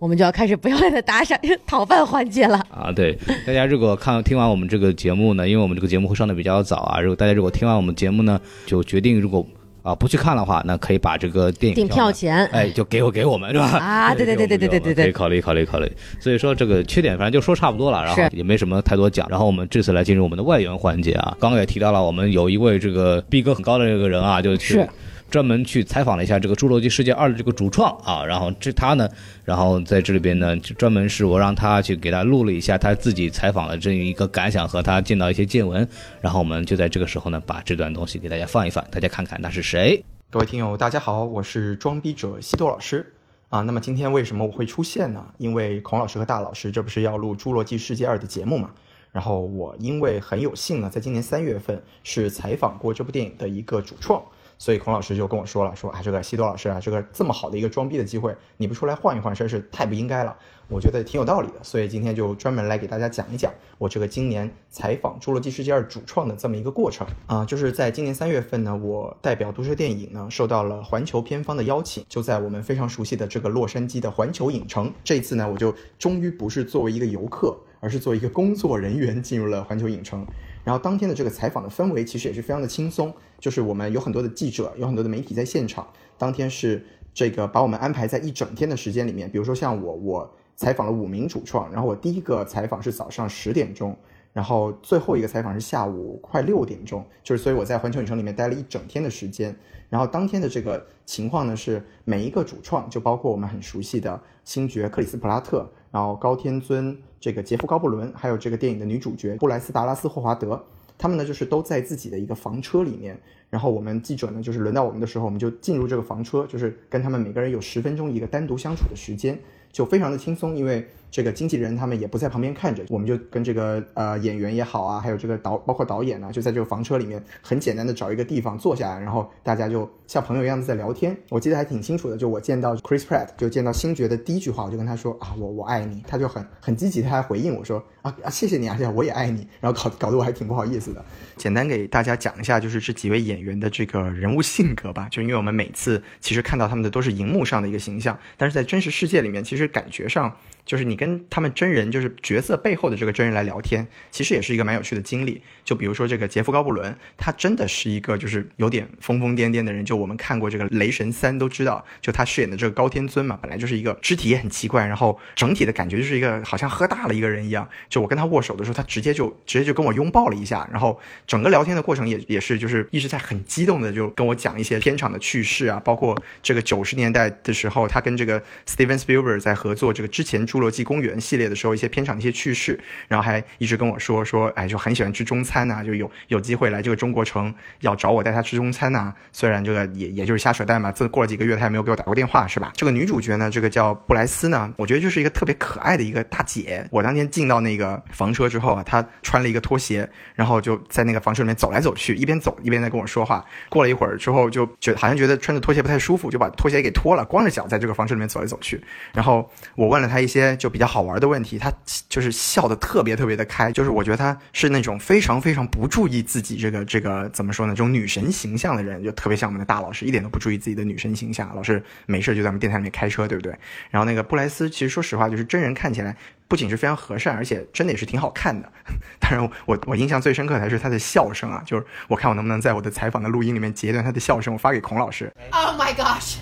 B: 我们就要开始不要脸的打赏 <laughs> 讨饭环节了。
C: 啊，对，大家如果看听完我们这个节目呢，因为我们这个节目会上的比较早啊，如果大家如果听完我们节目呢，就决定如果啊不去看的话，那可以把这个电影
B: 订
C: 票
B: 票
C: 呢
B: 钱，
C: 哎，就给我给我们是吧？ <laughs>
B: 啊对对对对对对对对
C: 可以考虑考虑考虑。所以说这个缺点反正就说差不多了，然后
B: 是
C: 也没什么太多讲。然后我们这次来进入我们的外援环节啊，刚刚也提到了，我们有一位这个逼格很高的这个人啊，就是专门去采访了一下这个《侏罗纪世界二》的这个主创啊，然后这他呢，然后在这里边呢，就专门是我让他去给他录了一下他自己采访的这一个感想和他见到一些见闻，然后我们就在这个时候呢，把这段东西给大家放一放，大家看看他是谁。
E: 各位听友，大家好，我是装逼者西多老师啊。那么今天为什么我会出现呢？因为孔老师和大老师这不是要录《侏罗纪世界二》的节目嘛。然后我因为很有幸呢，在今年三月份是采访过这部电影的一个主创，所以孔老师就跟我说了，说啊，这个西多老师啊，这个这么好的一个装逼的机会，你不出来换一换，真是太不应该了。我觉得挺有道理的，所以今天就专门来给大家讲一讲我这个今年采访《侏罗纪世界二》主创的这么一个过程啊、就是在今年三月份呢，我代表都市电影呢，受到了环球片方的邀请，就在我们非常熟悉的这个洛杉矶的环球影城。这次呢，我就终于不是作为一个游客，而是作为一个工作人员进入了环球影城。然后当天的这个采访的氛围其实也是非常的轻松，就是我们有很多的记者，有很多的媒体在现场。当天是这个把我们安排在一整天的时间里面，比如说像我，我采访了五名主创，然后我第一个采访是早上十点钟，然后最后一个采访是下午快六点钟，就是所以我在环球影城里面待了一整天的时间。然后当天的这个情况呢，是每一个主创，就包括我们很熟悉的星爵克里斯普拉特，然后高天尊这个杰夫高布伦，还有这个电影的女主角布莱斯达拉斯霍华德，他们呢就是都在自己的一个房车里面，然后我们记者呢，就是轮到我们的时候，我们就进入这个房车，就是跟他们每个人有十分钟一个单独相处的时间。就非常的轻松，因为这个经纪人他们也不在旁边看着，我们就跟这个呃演员也好啊，还有这个导包括导演啊，就在这个房车里面很简单的找一个地方坐下来，然后大家就像朋友一样子在聊天。我记得还挺清楚的，就我见到 Chris Pratt，就见到星爵的第一句话，我就跟他说啊，我我爱你，他就很很积极，他还回应我说啊啊谢谢你啊，谢谢我也爱你，然后搞搞得我还挺不好意思的。简单给大家讲一下，就是这几位演员的这个人物性格吧。就因为我们每次其实看到他们的都是荧幕上的一个形象，但是在真实世界里面，其实感觉上就是你跟他们真人，就是角色背后的这个真人来聊天，其实也是一个蛮有趣的经历。就比如说这个杰夫·高布伦，他真的是一个就是有点疯疯癫癫的人。就我们看过这个《雷神三》都知道，就他饰演的这个高天尊嘛，本来就是一个肢体也很奇怪，然后整体的感觉就是一个好像喝大了一个人一样。就我跟他握手的时候，他直接就直接就跟我拥抱了一下，然后整个聊天的过程也也是就是一直在很激动的就跟我讲一些片场的趣事啊，包括这个九十年代的时候，他跟这个 Steven Spielberg 在合作这个之前《侏罗纪公园》系列的时候一些片场的一些趣事，然后还一直跟我说说，哎，就很喜欢吃中餐呐、就有有机会来这个中国城要找我带他吃中餐呐、啊虽然这个也也就是瞎扯淡嘛，自过了几个月他也没有给我打过电话是吧？这个女主角呢，这个叫布莱斯呢，我觉得就是一个特别可爱的一个大姐。我当天进到那个房车之后啊，她穿了一个拖鞋，然后就在那个房车里面走来走去，一边走一边在跟我说话。过了一会儿之后，就觉好像觉得穿着拖鞋不太舒服，就把拖鞋给脱了，光着脚在这个房车里面走来走去。然后我问了她一些就比较好玩的问题，她就是笑得特别特别的开，就是我觉得她是那种非常非常不注意自己这个这个怎么说呢，这种女神形象的人，就特别像我们的大老师，一点都不注意自己的女神形象，老是没事就在我们电台里面开车，对不对？然后那个布莱斯，其实说实话，就是真人看起来不仅是非常和善，而且真的也是挺好看的。 <laughs> 当然我，我我印象最深刻的还是他的笑声啊，就是我看我能不能在我的采访的录音里面截一段他的笑声，我发给孔老师。
F: Oh my gosh!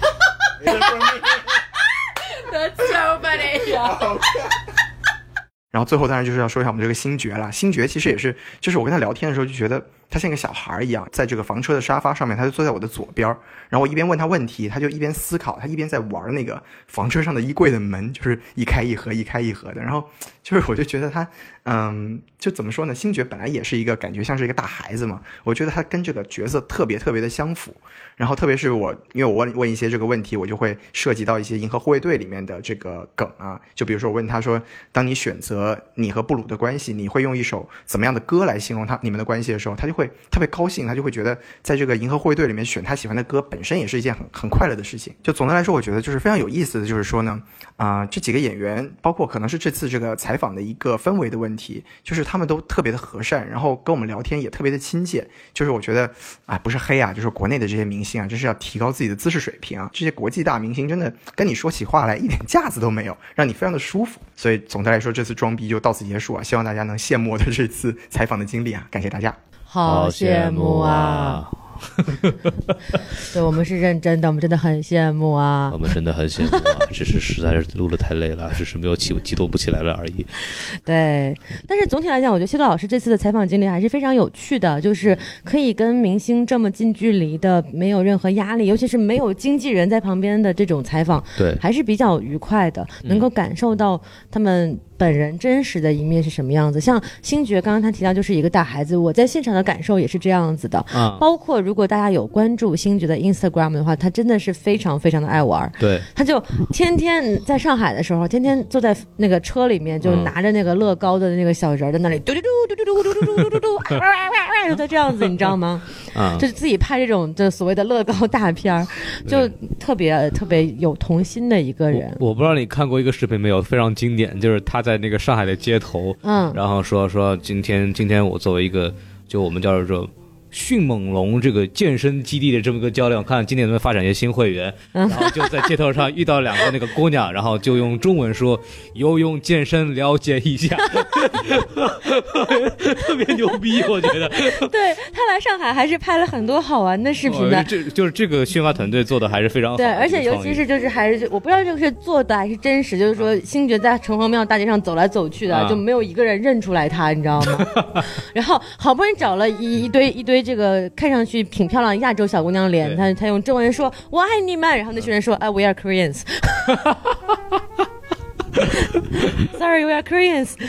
F: That's so funny.
E: 然后最后当然就是要说一下我们这个星爵啦。星爵其实也是，就是我跟他聊天的时候就觉得他像一个小孩儿一样，在这个房车的沙发上面，他就坐在我的左边儿，然后我一边问他问题，他就一边思考，他一边在玩那个房车上的衣柜的门，就是一开一合，一开一合的。然后就是我就觉得他，嗯，就怎么说呢？星爵本来也是一个感觉像是一个大孩子嘛，我觉得他跟这个角色特别特别的相符。然后特别是我，因为我问问一些这个问题，我就会涉及到一些《银河护卫队》里面的这个梗啊。就比如说我问他说，当你选择你和布鲁的关系，你会用一首怎么样的歌来形容他你们的关系的时候，他就会特别高兴，他就会觉得在这个《银河护卫队》里面选他喜欢的歌本身也是一件很很快乐的事情。就总的来说，我觉得就是非常有意思的就是说呢，啊、这几个演员，包括可能是这次这个采访的一个氛围的问题，就是他们都特别的和善，然后跟我们聊天也特别的亲切。就是我觉得啊，不是黑啊，就是国内的这些明星啊，真是要提高自己的姿势水平啊！这些国际大明星真的跟你说起话来一点架子都没有，让你非常的舒服。所以总的来说，这次装逼就到此结束啊！希望大家能羡慕我的这次采访的经历啊！感谢大家。
F: 好羡慕啊！！
B: 对我们是认真的，我们真的很羡慕啊
C: 我。们真的很羡慕啊，只是实在是录的太累了，只是没有起激动不起来了而已。
B: 对，但是总体来讲，我觉得谢豆老师这次的采访经历还是非常有趣的，就是可以跟明星这么近距离的，没有任何压力，尤其是没有经纪人在旁边的这种采访， <laughs>
C: 对，
B: 还是比较愉快的，能够感受到他们本人真实的一面是什么样子。像星爵刚刚他提到就是一个大孩子，我在现场的感受也是这样子的。
C: 啊，
B: 包括如果大家有关注星爵的 Instagram 的话，他真的是非常非常的爱玩儿，
C: 对，
B: 他就天天在上海的时候，天天坐在那个车里面，就
C: 嗯
B: 拿着那个乐高的那个小人儿在那里嘟嘟嘟嘟嘟嘟嘟嘟嘟嘟嘟，啊啊啊啊
C: <laughs>
B: 就在这样子，你知道吗？
C: 啊，
B: 就是自己拍这种就所谓的乐高大片儿，就特别特别有童心的一个人。
C: 我我不知道你看过一个视频没有，非常经典，就是他在那个上海的街头，
B: 嗯，
C: 然后说说今天今天我作为一个就我们叫做迅猛龙这个健身基地的这么一个教练，我看今年能不能发展一些新会员，
B: 嗯
C: 然后就在街头上遇到两个那个姑娘，然后就用中文说游泳健身了解
B: <laughs>
C: 一下， <laughs> 特别牛逼，我觉得。
B: 对他来上海还是拍了很多好玩的视频的
C: 哦。这就是这个宣发团队做的还是非常好的
B: 对，
C: 一个
B: 而且尤
C: 创
B: 其
C: 意
B: 是就是还是就我不知道这个是做的还是真实，就是
C: 嗯
B: 说星爵在城隍庙大街上走来走去的，
C: 啊
B: 就没有一个人认出来他，你知道吗？ <laughs> 然后好不容易找了一一堆一堆这个看上去挺漂亮的亚洲小姑娘脸，
C: 对
B: 他他用中文说“我爱你们”，然后那群人说“啊、w e are Koreans”。Sorry, we are Koreans <laughs> 。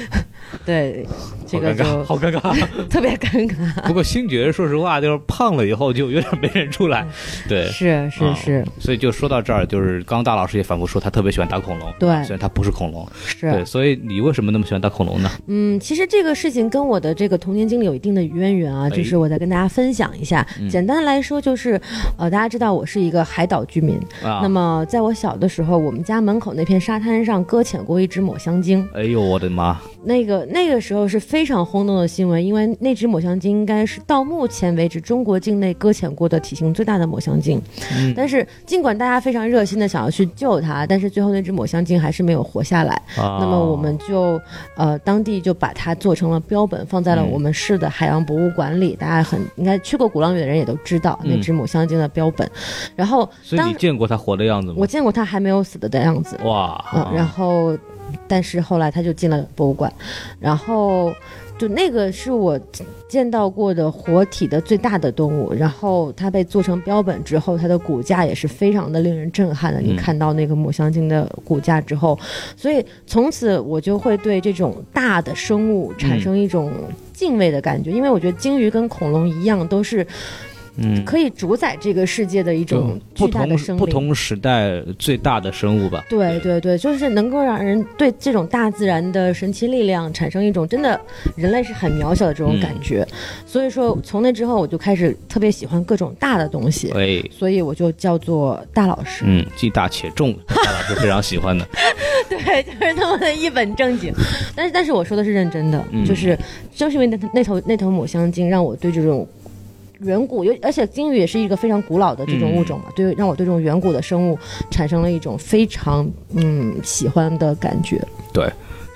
B: 对，
G: 这个就
C: 好尴
B: <laughs>
C: 尬，好尴尬。
G: 特别尴尬。
C: 不过星爵，说实话，就是胖了以后就有点没认出
B: 嗯
C: 来， <laughs> 对。
G: 是是
C: 嗯
G: 是
C: 所以就说到这儿，就是刚刚大老师也反复说，他特别喜欢打恐龙，
G: 对
C: 虽然他不是恐龙，对，
G: 是，
C: 所以你为什么那么喜欢打恐龙呢？
B: 嗯，其实这个事情跟我的这个童年经历有一定的渊源啊，
C: 哎嗯
B: 就是我再跟大家分享一下。简单来说就是，呃，大家知道我是一个海岛居民，
C: 啊，
B: 那，么在我小的时候，我们家门口那片沙滩上搁浅过一只抹香鲸，
C: 哎呦我的妈，
B: 那个那个时候是非常轰动的新闻，因为那只抹香鲸应该是到目前为止中国境内搁浅过的体型最大的抹香鲸。
C: 嗯
B: 但是尽管大家非常热心的想要去救它，但是最后那只抹香鲸还是没有活下来。
C: 啊
B: 那么我们就呃当地就把它做成了标本，放在了
C: 嗯
B: 我们市的海洋博物馆里。大家很应该去过鼓浪屿的人也都知道那
C: 嗯
B: 只抹香鲸的标本。然后
C: 所以
B: 当
C: 你见过他活的样子吗？
B: 我见过它还没有死的的样子，
C: 哇，
B: 嗯，然后，但是后来他就进了博物馆，然后就那个是我见到过的活体的最大的动物，然后它被做成标本之后，它的骨架也是非常的令人震撼的。你
C: 嗯
B: 看到那个抹香鲸的骨架之后，所以从此我就会对这种大的生
C: 嗯
B: 物产生一种敬畏的感觉，因为我觉得鲸鱼跟恐龙一样，都是
C: 嗯，
B: 可以主宰这个世界的一种
C: 不
B: 巨大的生
C: 同不
B: 灵。
C: 同时代最大的生物吧，
B: 对对对，就是能够让人对这种大自然的神奇力量产生一种真的人类是很渺小的
C: 嗯
B: 这种感觉，所以说从那之后我就开始特别喜欢各种大的东西，
C: 哎，
B: 所以我就叫做大老师，
C: 嗯，既大且重，大老师非常喜欢的，
B: <laughs> 对，就是那么的一本正经。但是但是我说的是认真的，
C: 嗯
B: 就是就是因为那头那头那头抹香鲸让我对这种。远古，尤而且鲸鱼也是一个非常古老的这种物
C: 嗯
B: 种嘛，对，让我对这种远古的生物产生了一种非常嗯喜欢的感觉。
C: 对。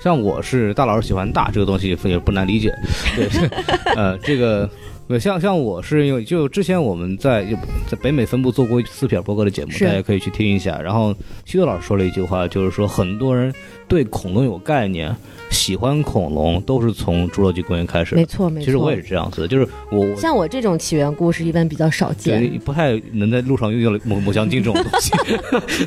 C: 像我是大老师喜欢大这个东西也不难理解，
B: <laughs>
C: 对，呃，这个对像像我是因为就之前我们在在北美分部做过斯皮尔伯格的节目，
B: 是
C: 大家可以去听一下。然后西多老师说了一句话，就是说很多人对恐龙有概念，喜欢恐龙都是从侏罗纪公园开始
B: 没
C: 的。
B: 错，没错。
C: 其实我也是这样子的，就是我我
B: 像我这种起源故事一般比较少见。
C: 对，不太能在路上遇到抹抹香鲸这种东
B: <laughs>
C: 西。 <laughs>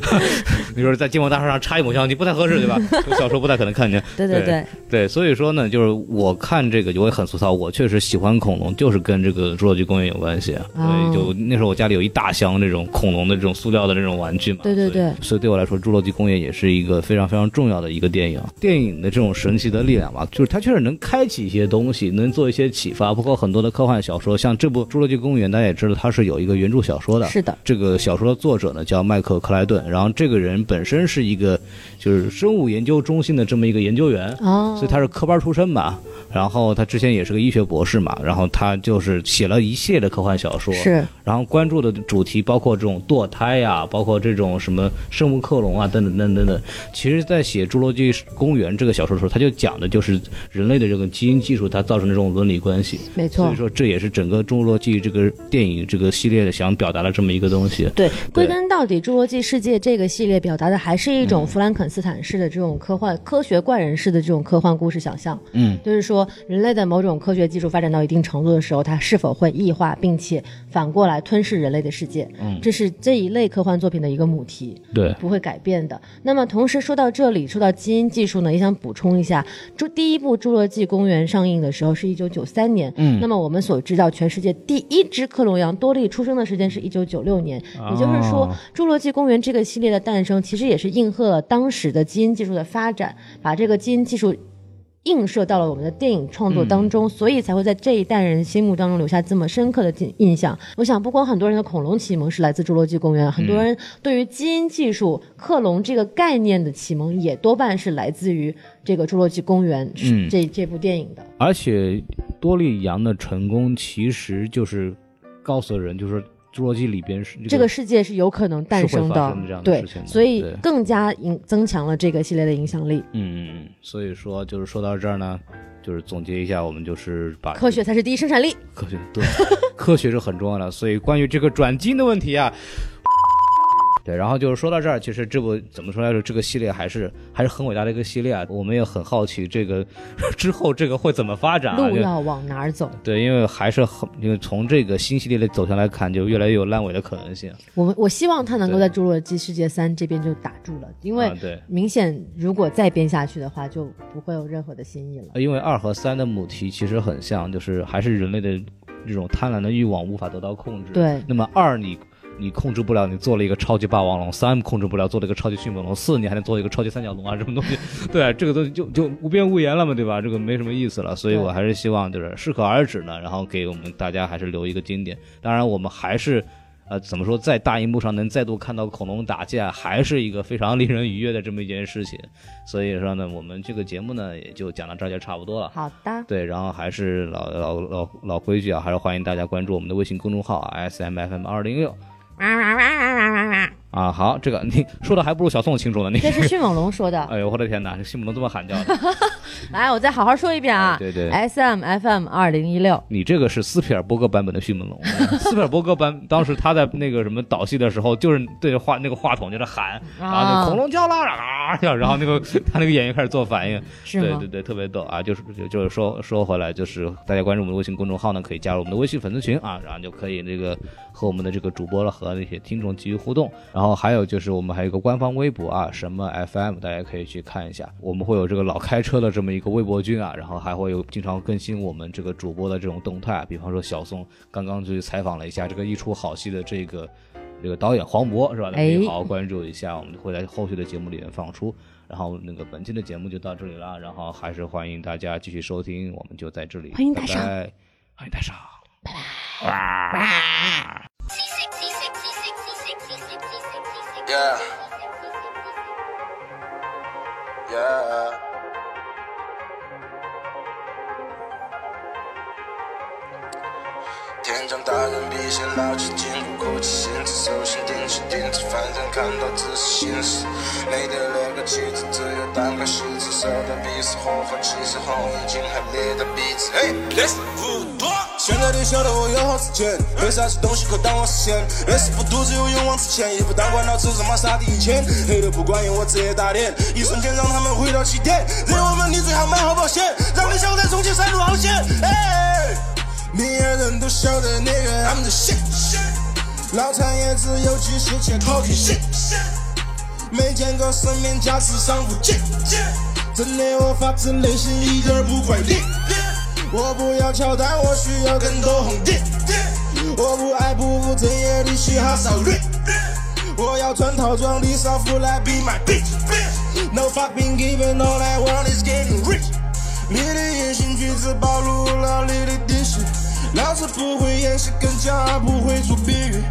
C: 你说在金黄大厦上插一抹香鲸不太合适，对吧？小时候不太可能看见。
B: 对对对，
C: 对，所以说呢，就是我看这个就会很粗糙。我确实喜欢恐龙，就是跟这个侏罗纪公园有关系。啊
B: 哦
C: 对，就那时候我家里有一大箱那种恐龙的这种塑料的那种玩具嘛。
B: 对对
C: 所以
B: 对
C: 所以对我来说，《侏罗纪公园》也是一个非常非常重要的一个电影。电影的这种神奇的力量吧，就是它确实能开启一些东西，能做一些启发。包括很多的科幻小说，像这部《侏罗纪公园》，大家也知道它是有一个原著小说的。
B: 是的，
C: 这个小说的作者呢叫迈克尔·克莱顿，然后这个人本身是一个就是生物研究中心的这么一个研究员，
B: 哦，
C: 所以他是科班出身嘛，然后他之前也是个医学博士嘛，然后他就是写了一系列的科幻小说，
B: 是
C: 然后关注的主题包括这种堕胎呀、包括这种什么生物克隆啊，等等等等等。其实，在写《侏罗纪公园》这个小说的时候，他就讲的就是人类的这个基因技术它造成的这种伦理关系，
B: 没
C: 所
B: 错
C: 以。说这也是整个《侏罗纪》这个电影这个系列的想表达的这么一个东西。
B: 对，归根到底，《侏罗纪世界》这个系列表达的还是一
C: 嗯
B: 种弗兰肯斯坦式的这种科幻、科学怪人式的这种科幻故事想象。
C: 嗯，
B: 就是说，人类的某种科学技术发展到一定程度的时候，它是否会异化，并且反过来吞噬人类的世界？嗯，这是这一类科幻作品的一个母题。
C: 对，
B: 不会改变的。那么同时说到这里，说到基因技术呢，也想补充一下，就第一部《侏罗纪公园》上映的时候是一九九三年，嗯，那么我们所知道，全世界第一只克隆羊多利出生的时间是一九九六年，也就是说，《侏罗纪公园》这个系列的诞生，其实也是应和了当时的基因技术的发展，把这个基因技术。映射到了我们的电影创作当
C: 嗯
B: 中，所以才会在这一代人心目当中留下这么深刻的印印象。我想，不光很多人的恐龙启蒙是来自《侏罗纪
C: 嗯
B: 公园》，很多人对于基因技术、克隆这个概念的启蒙，也多半是来自于这个《侏罗纪公园》
C: 嗯
B: 是这这部电影的。
C: 而且多利羊的成功其实就是告诉人，就是《侏罗纪》里边是
B: 这个世界是有可能诞生
C: 是会发生这样的
B: 对
C: 事情的，
B: 所以
C: 对
B: 更加影增强了这个系列的影响力。
C: 嗯，所以说就是说到这儿呢，就是总结一下，我们就是把
B: 科学才是第一生产力。
C: 科学对科学是很重要的，所以关于这个转基因的问题啊。对，然后就是说到这儿，其实这部怎么说来着？这个系列还是还是很伟大的一个系列啊。我们也很好奇这个之后这个会怎么发展、啊。
B: 路
C: 就
B: 要往哪儿走？
C: 对，因为还是很，因为从这个新系列的走向来看，就越来越有烂尾的可能性。
B: 我们我希望他能够
C: 对
B: 在《侏罗纪世界三》这边就打住了，因为
C: 啊、对，
B: 明显如果再编下去的话，就不会有任何的新意了。
C: 呃因为二和三的母题其实很像，就是还是人类的这种贪婪的欲望无法得到控制。
B: 对
C: 那么二你你控制不了，你做了一个超级霸王龙；三控制不了，做了一个超级迅猛龙；四你还能做一个超级三角龙啊，什么东西？ <laughs> 对，这个东西就就无边无沿了嘛，对吧？这个没什么意思了，所以
B: 对
C: 我还是希望就是适可而止呢，然后给我们大家还是留一个经典。当然，我们还是。呃，怎么说，在大荧幕上能再度看到恐龙打架，还是一个非常令 <laughs> 人愉悦的这么一件事情。所以说呢，我们这个节目呢，也就讲到这儿就差不多了。
B: 好的，
C: 对，然后还是老老老老规矩啊，还是欢迎大家关注我们的微信公众号啊，S M F M 二零六
B: 哇哇哇哇哇哇哇！
C: 啊。好，这个你说的还不如小宋清楚呢。你
B: 这是迅猛龙说的。
C: 哎呦，我的天哪，这西蒙都这么喊叫的。
B: 来，我再好好说一遍啊。
C: 哎对对
B: ，S M F M 二零一六。
C: 你这个是斯皮尔伯格版本的迅猛龙。斯皮尔伯格版当时他在那个什么导戏的时候，就是对着话那个话筒就在喊，然后那
B: 啊
C: 恐龙叫啦啊，然后那个他那个演员开始做反应，
B: 是
C: 对
B: 吗
C: 对对，特别逗啊！就是就就是说说回来，就是大家关注我们的微信公众号呢，可以加入我们的微信粉丝群啊，然后就可以那个和我们的这个主播了和那些听众给予互动。然后还有就是我们还有一个官方微博啊，什么 FM，大家可以去看一下。我们会有这个老开车的这么一个微博君啊，然后还会有经常更新我们这个主播的这种动态啊，比方说小宋刚刚去采访了一下这个一出好戏的这个。这个导演黄渤是吧？大家可以
B: 哎
C: 好好关注一下，我们会在后续的节目里面放出。然后那个本期的节目就到这里啦，然后还是欢迎大家继续收听，我们就在这里，
A: 欢迎打赏
C: 拜拜，欢迎打赏。
H: Yeah. Yeah.天长大人笔先老去禁锢哭泣，心智手心定制定制，反正看到只是心事。没得那个气质，只有单个细致，手的比是红和气势，红已经还裂的鼻子。嘿，Let's 不多。现在你晓得我有好之前，没啥是东西可当我实现。人是不独自有勇往直前，也不当官到吃什么杀敌一千。黑的不管用，我直接打脸，一瞬间让他们回到起点。人我们你最好买好保险，让你像在重庆山路翱翔。哎。明眼人都晓得那个 I'm the shit，老残也只有几十千 talking shit，没见过世面，家世上不敬，真的我发自内心一点儿不怪你，我不要乔丹，我需要更多红利，我不爱不务正业的嘻哈少女，我要穿套装的少妇来 be my bitch，no fuck being given all I want is getting rich。你的言行举止暴露了你的底细，老子不会掩饰，更加不会做比喻。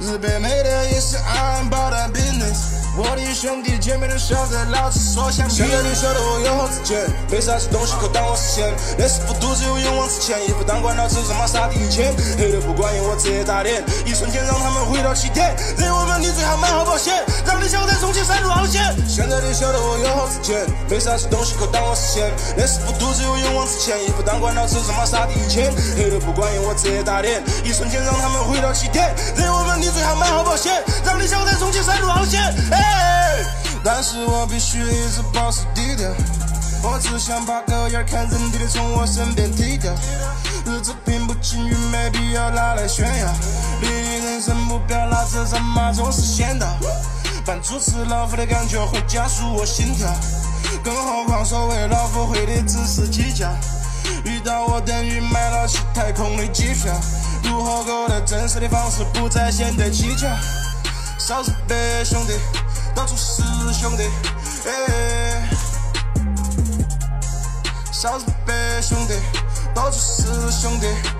H: 日本妹的也是 I'm about that business。我的兄弟姐妹都晓得老子所想。现在你晓得我有好之前，没啥子东西可当我实现。那是不独自有勇往直前，也不当官老子他妈杀敌一千。黑的不管用，我直接打脸，一瞬间让他们回到起点。人我们你最好买好保险，让你想在重庆山路翱翔。现在你晓得我有好之前，没啥子东西可当我实现。那是不独自有勇往直前，也不当官老子他妈杀敌一千。黑的不管用，我直接打脸，一瞬间让他们回到起点。人我们你最好买好保险，让你想在重庆山路翱翔。哎，但是我必须一直保持低调。我只想把狗眼看人低的从我身边踢掉，日子平步青云没必要拿来炫耀。你的人生目标老子他妈总是先到，扮猪吃老虎的感觉会加速我心跳，更何况所谓老虎会的只是技巧。遇到我等于买了去太空的机票，如何过得真实的方式不再显得蹊跷。少是白兄弟，到处是兄弟，哎。少是白兄弟，到处是兄弟，哎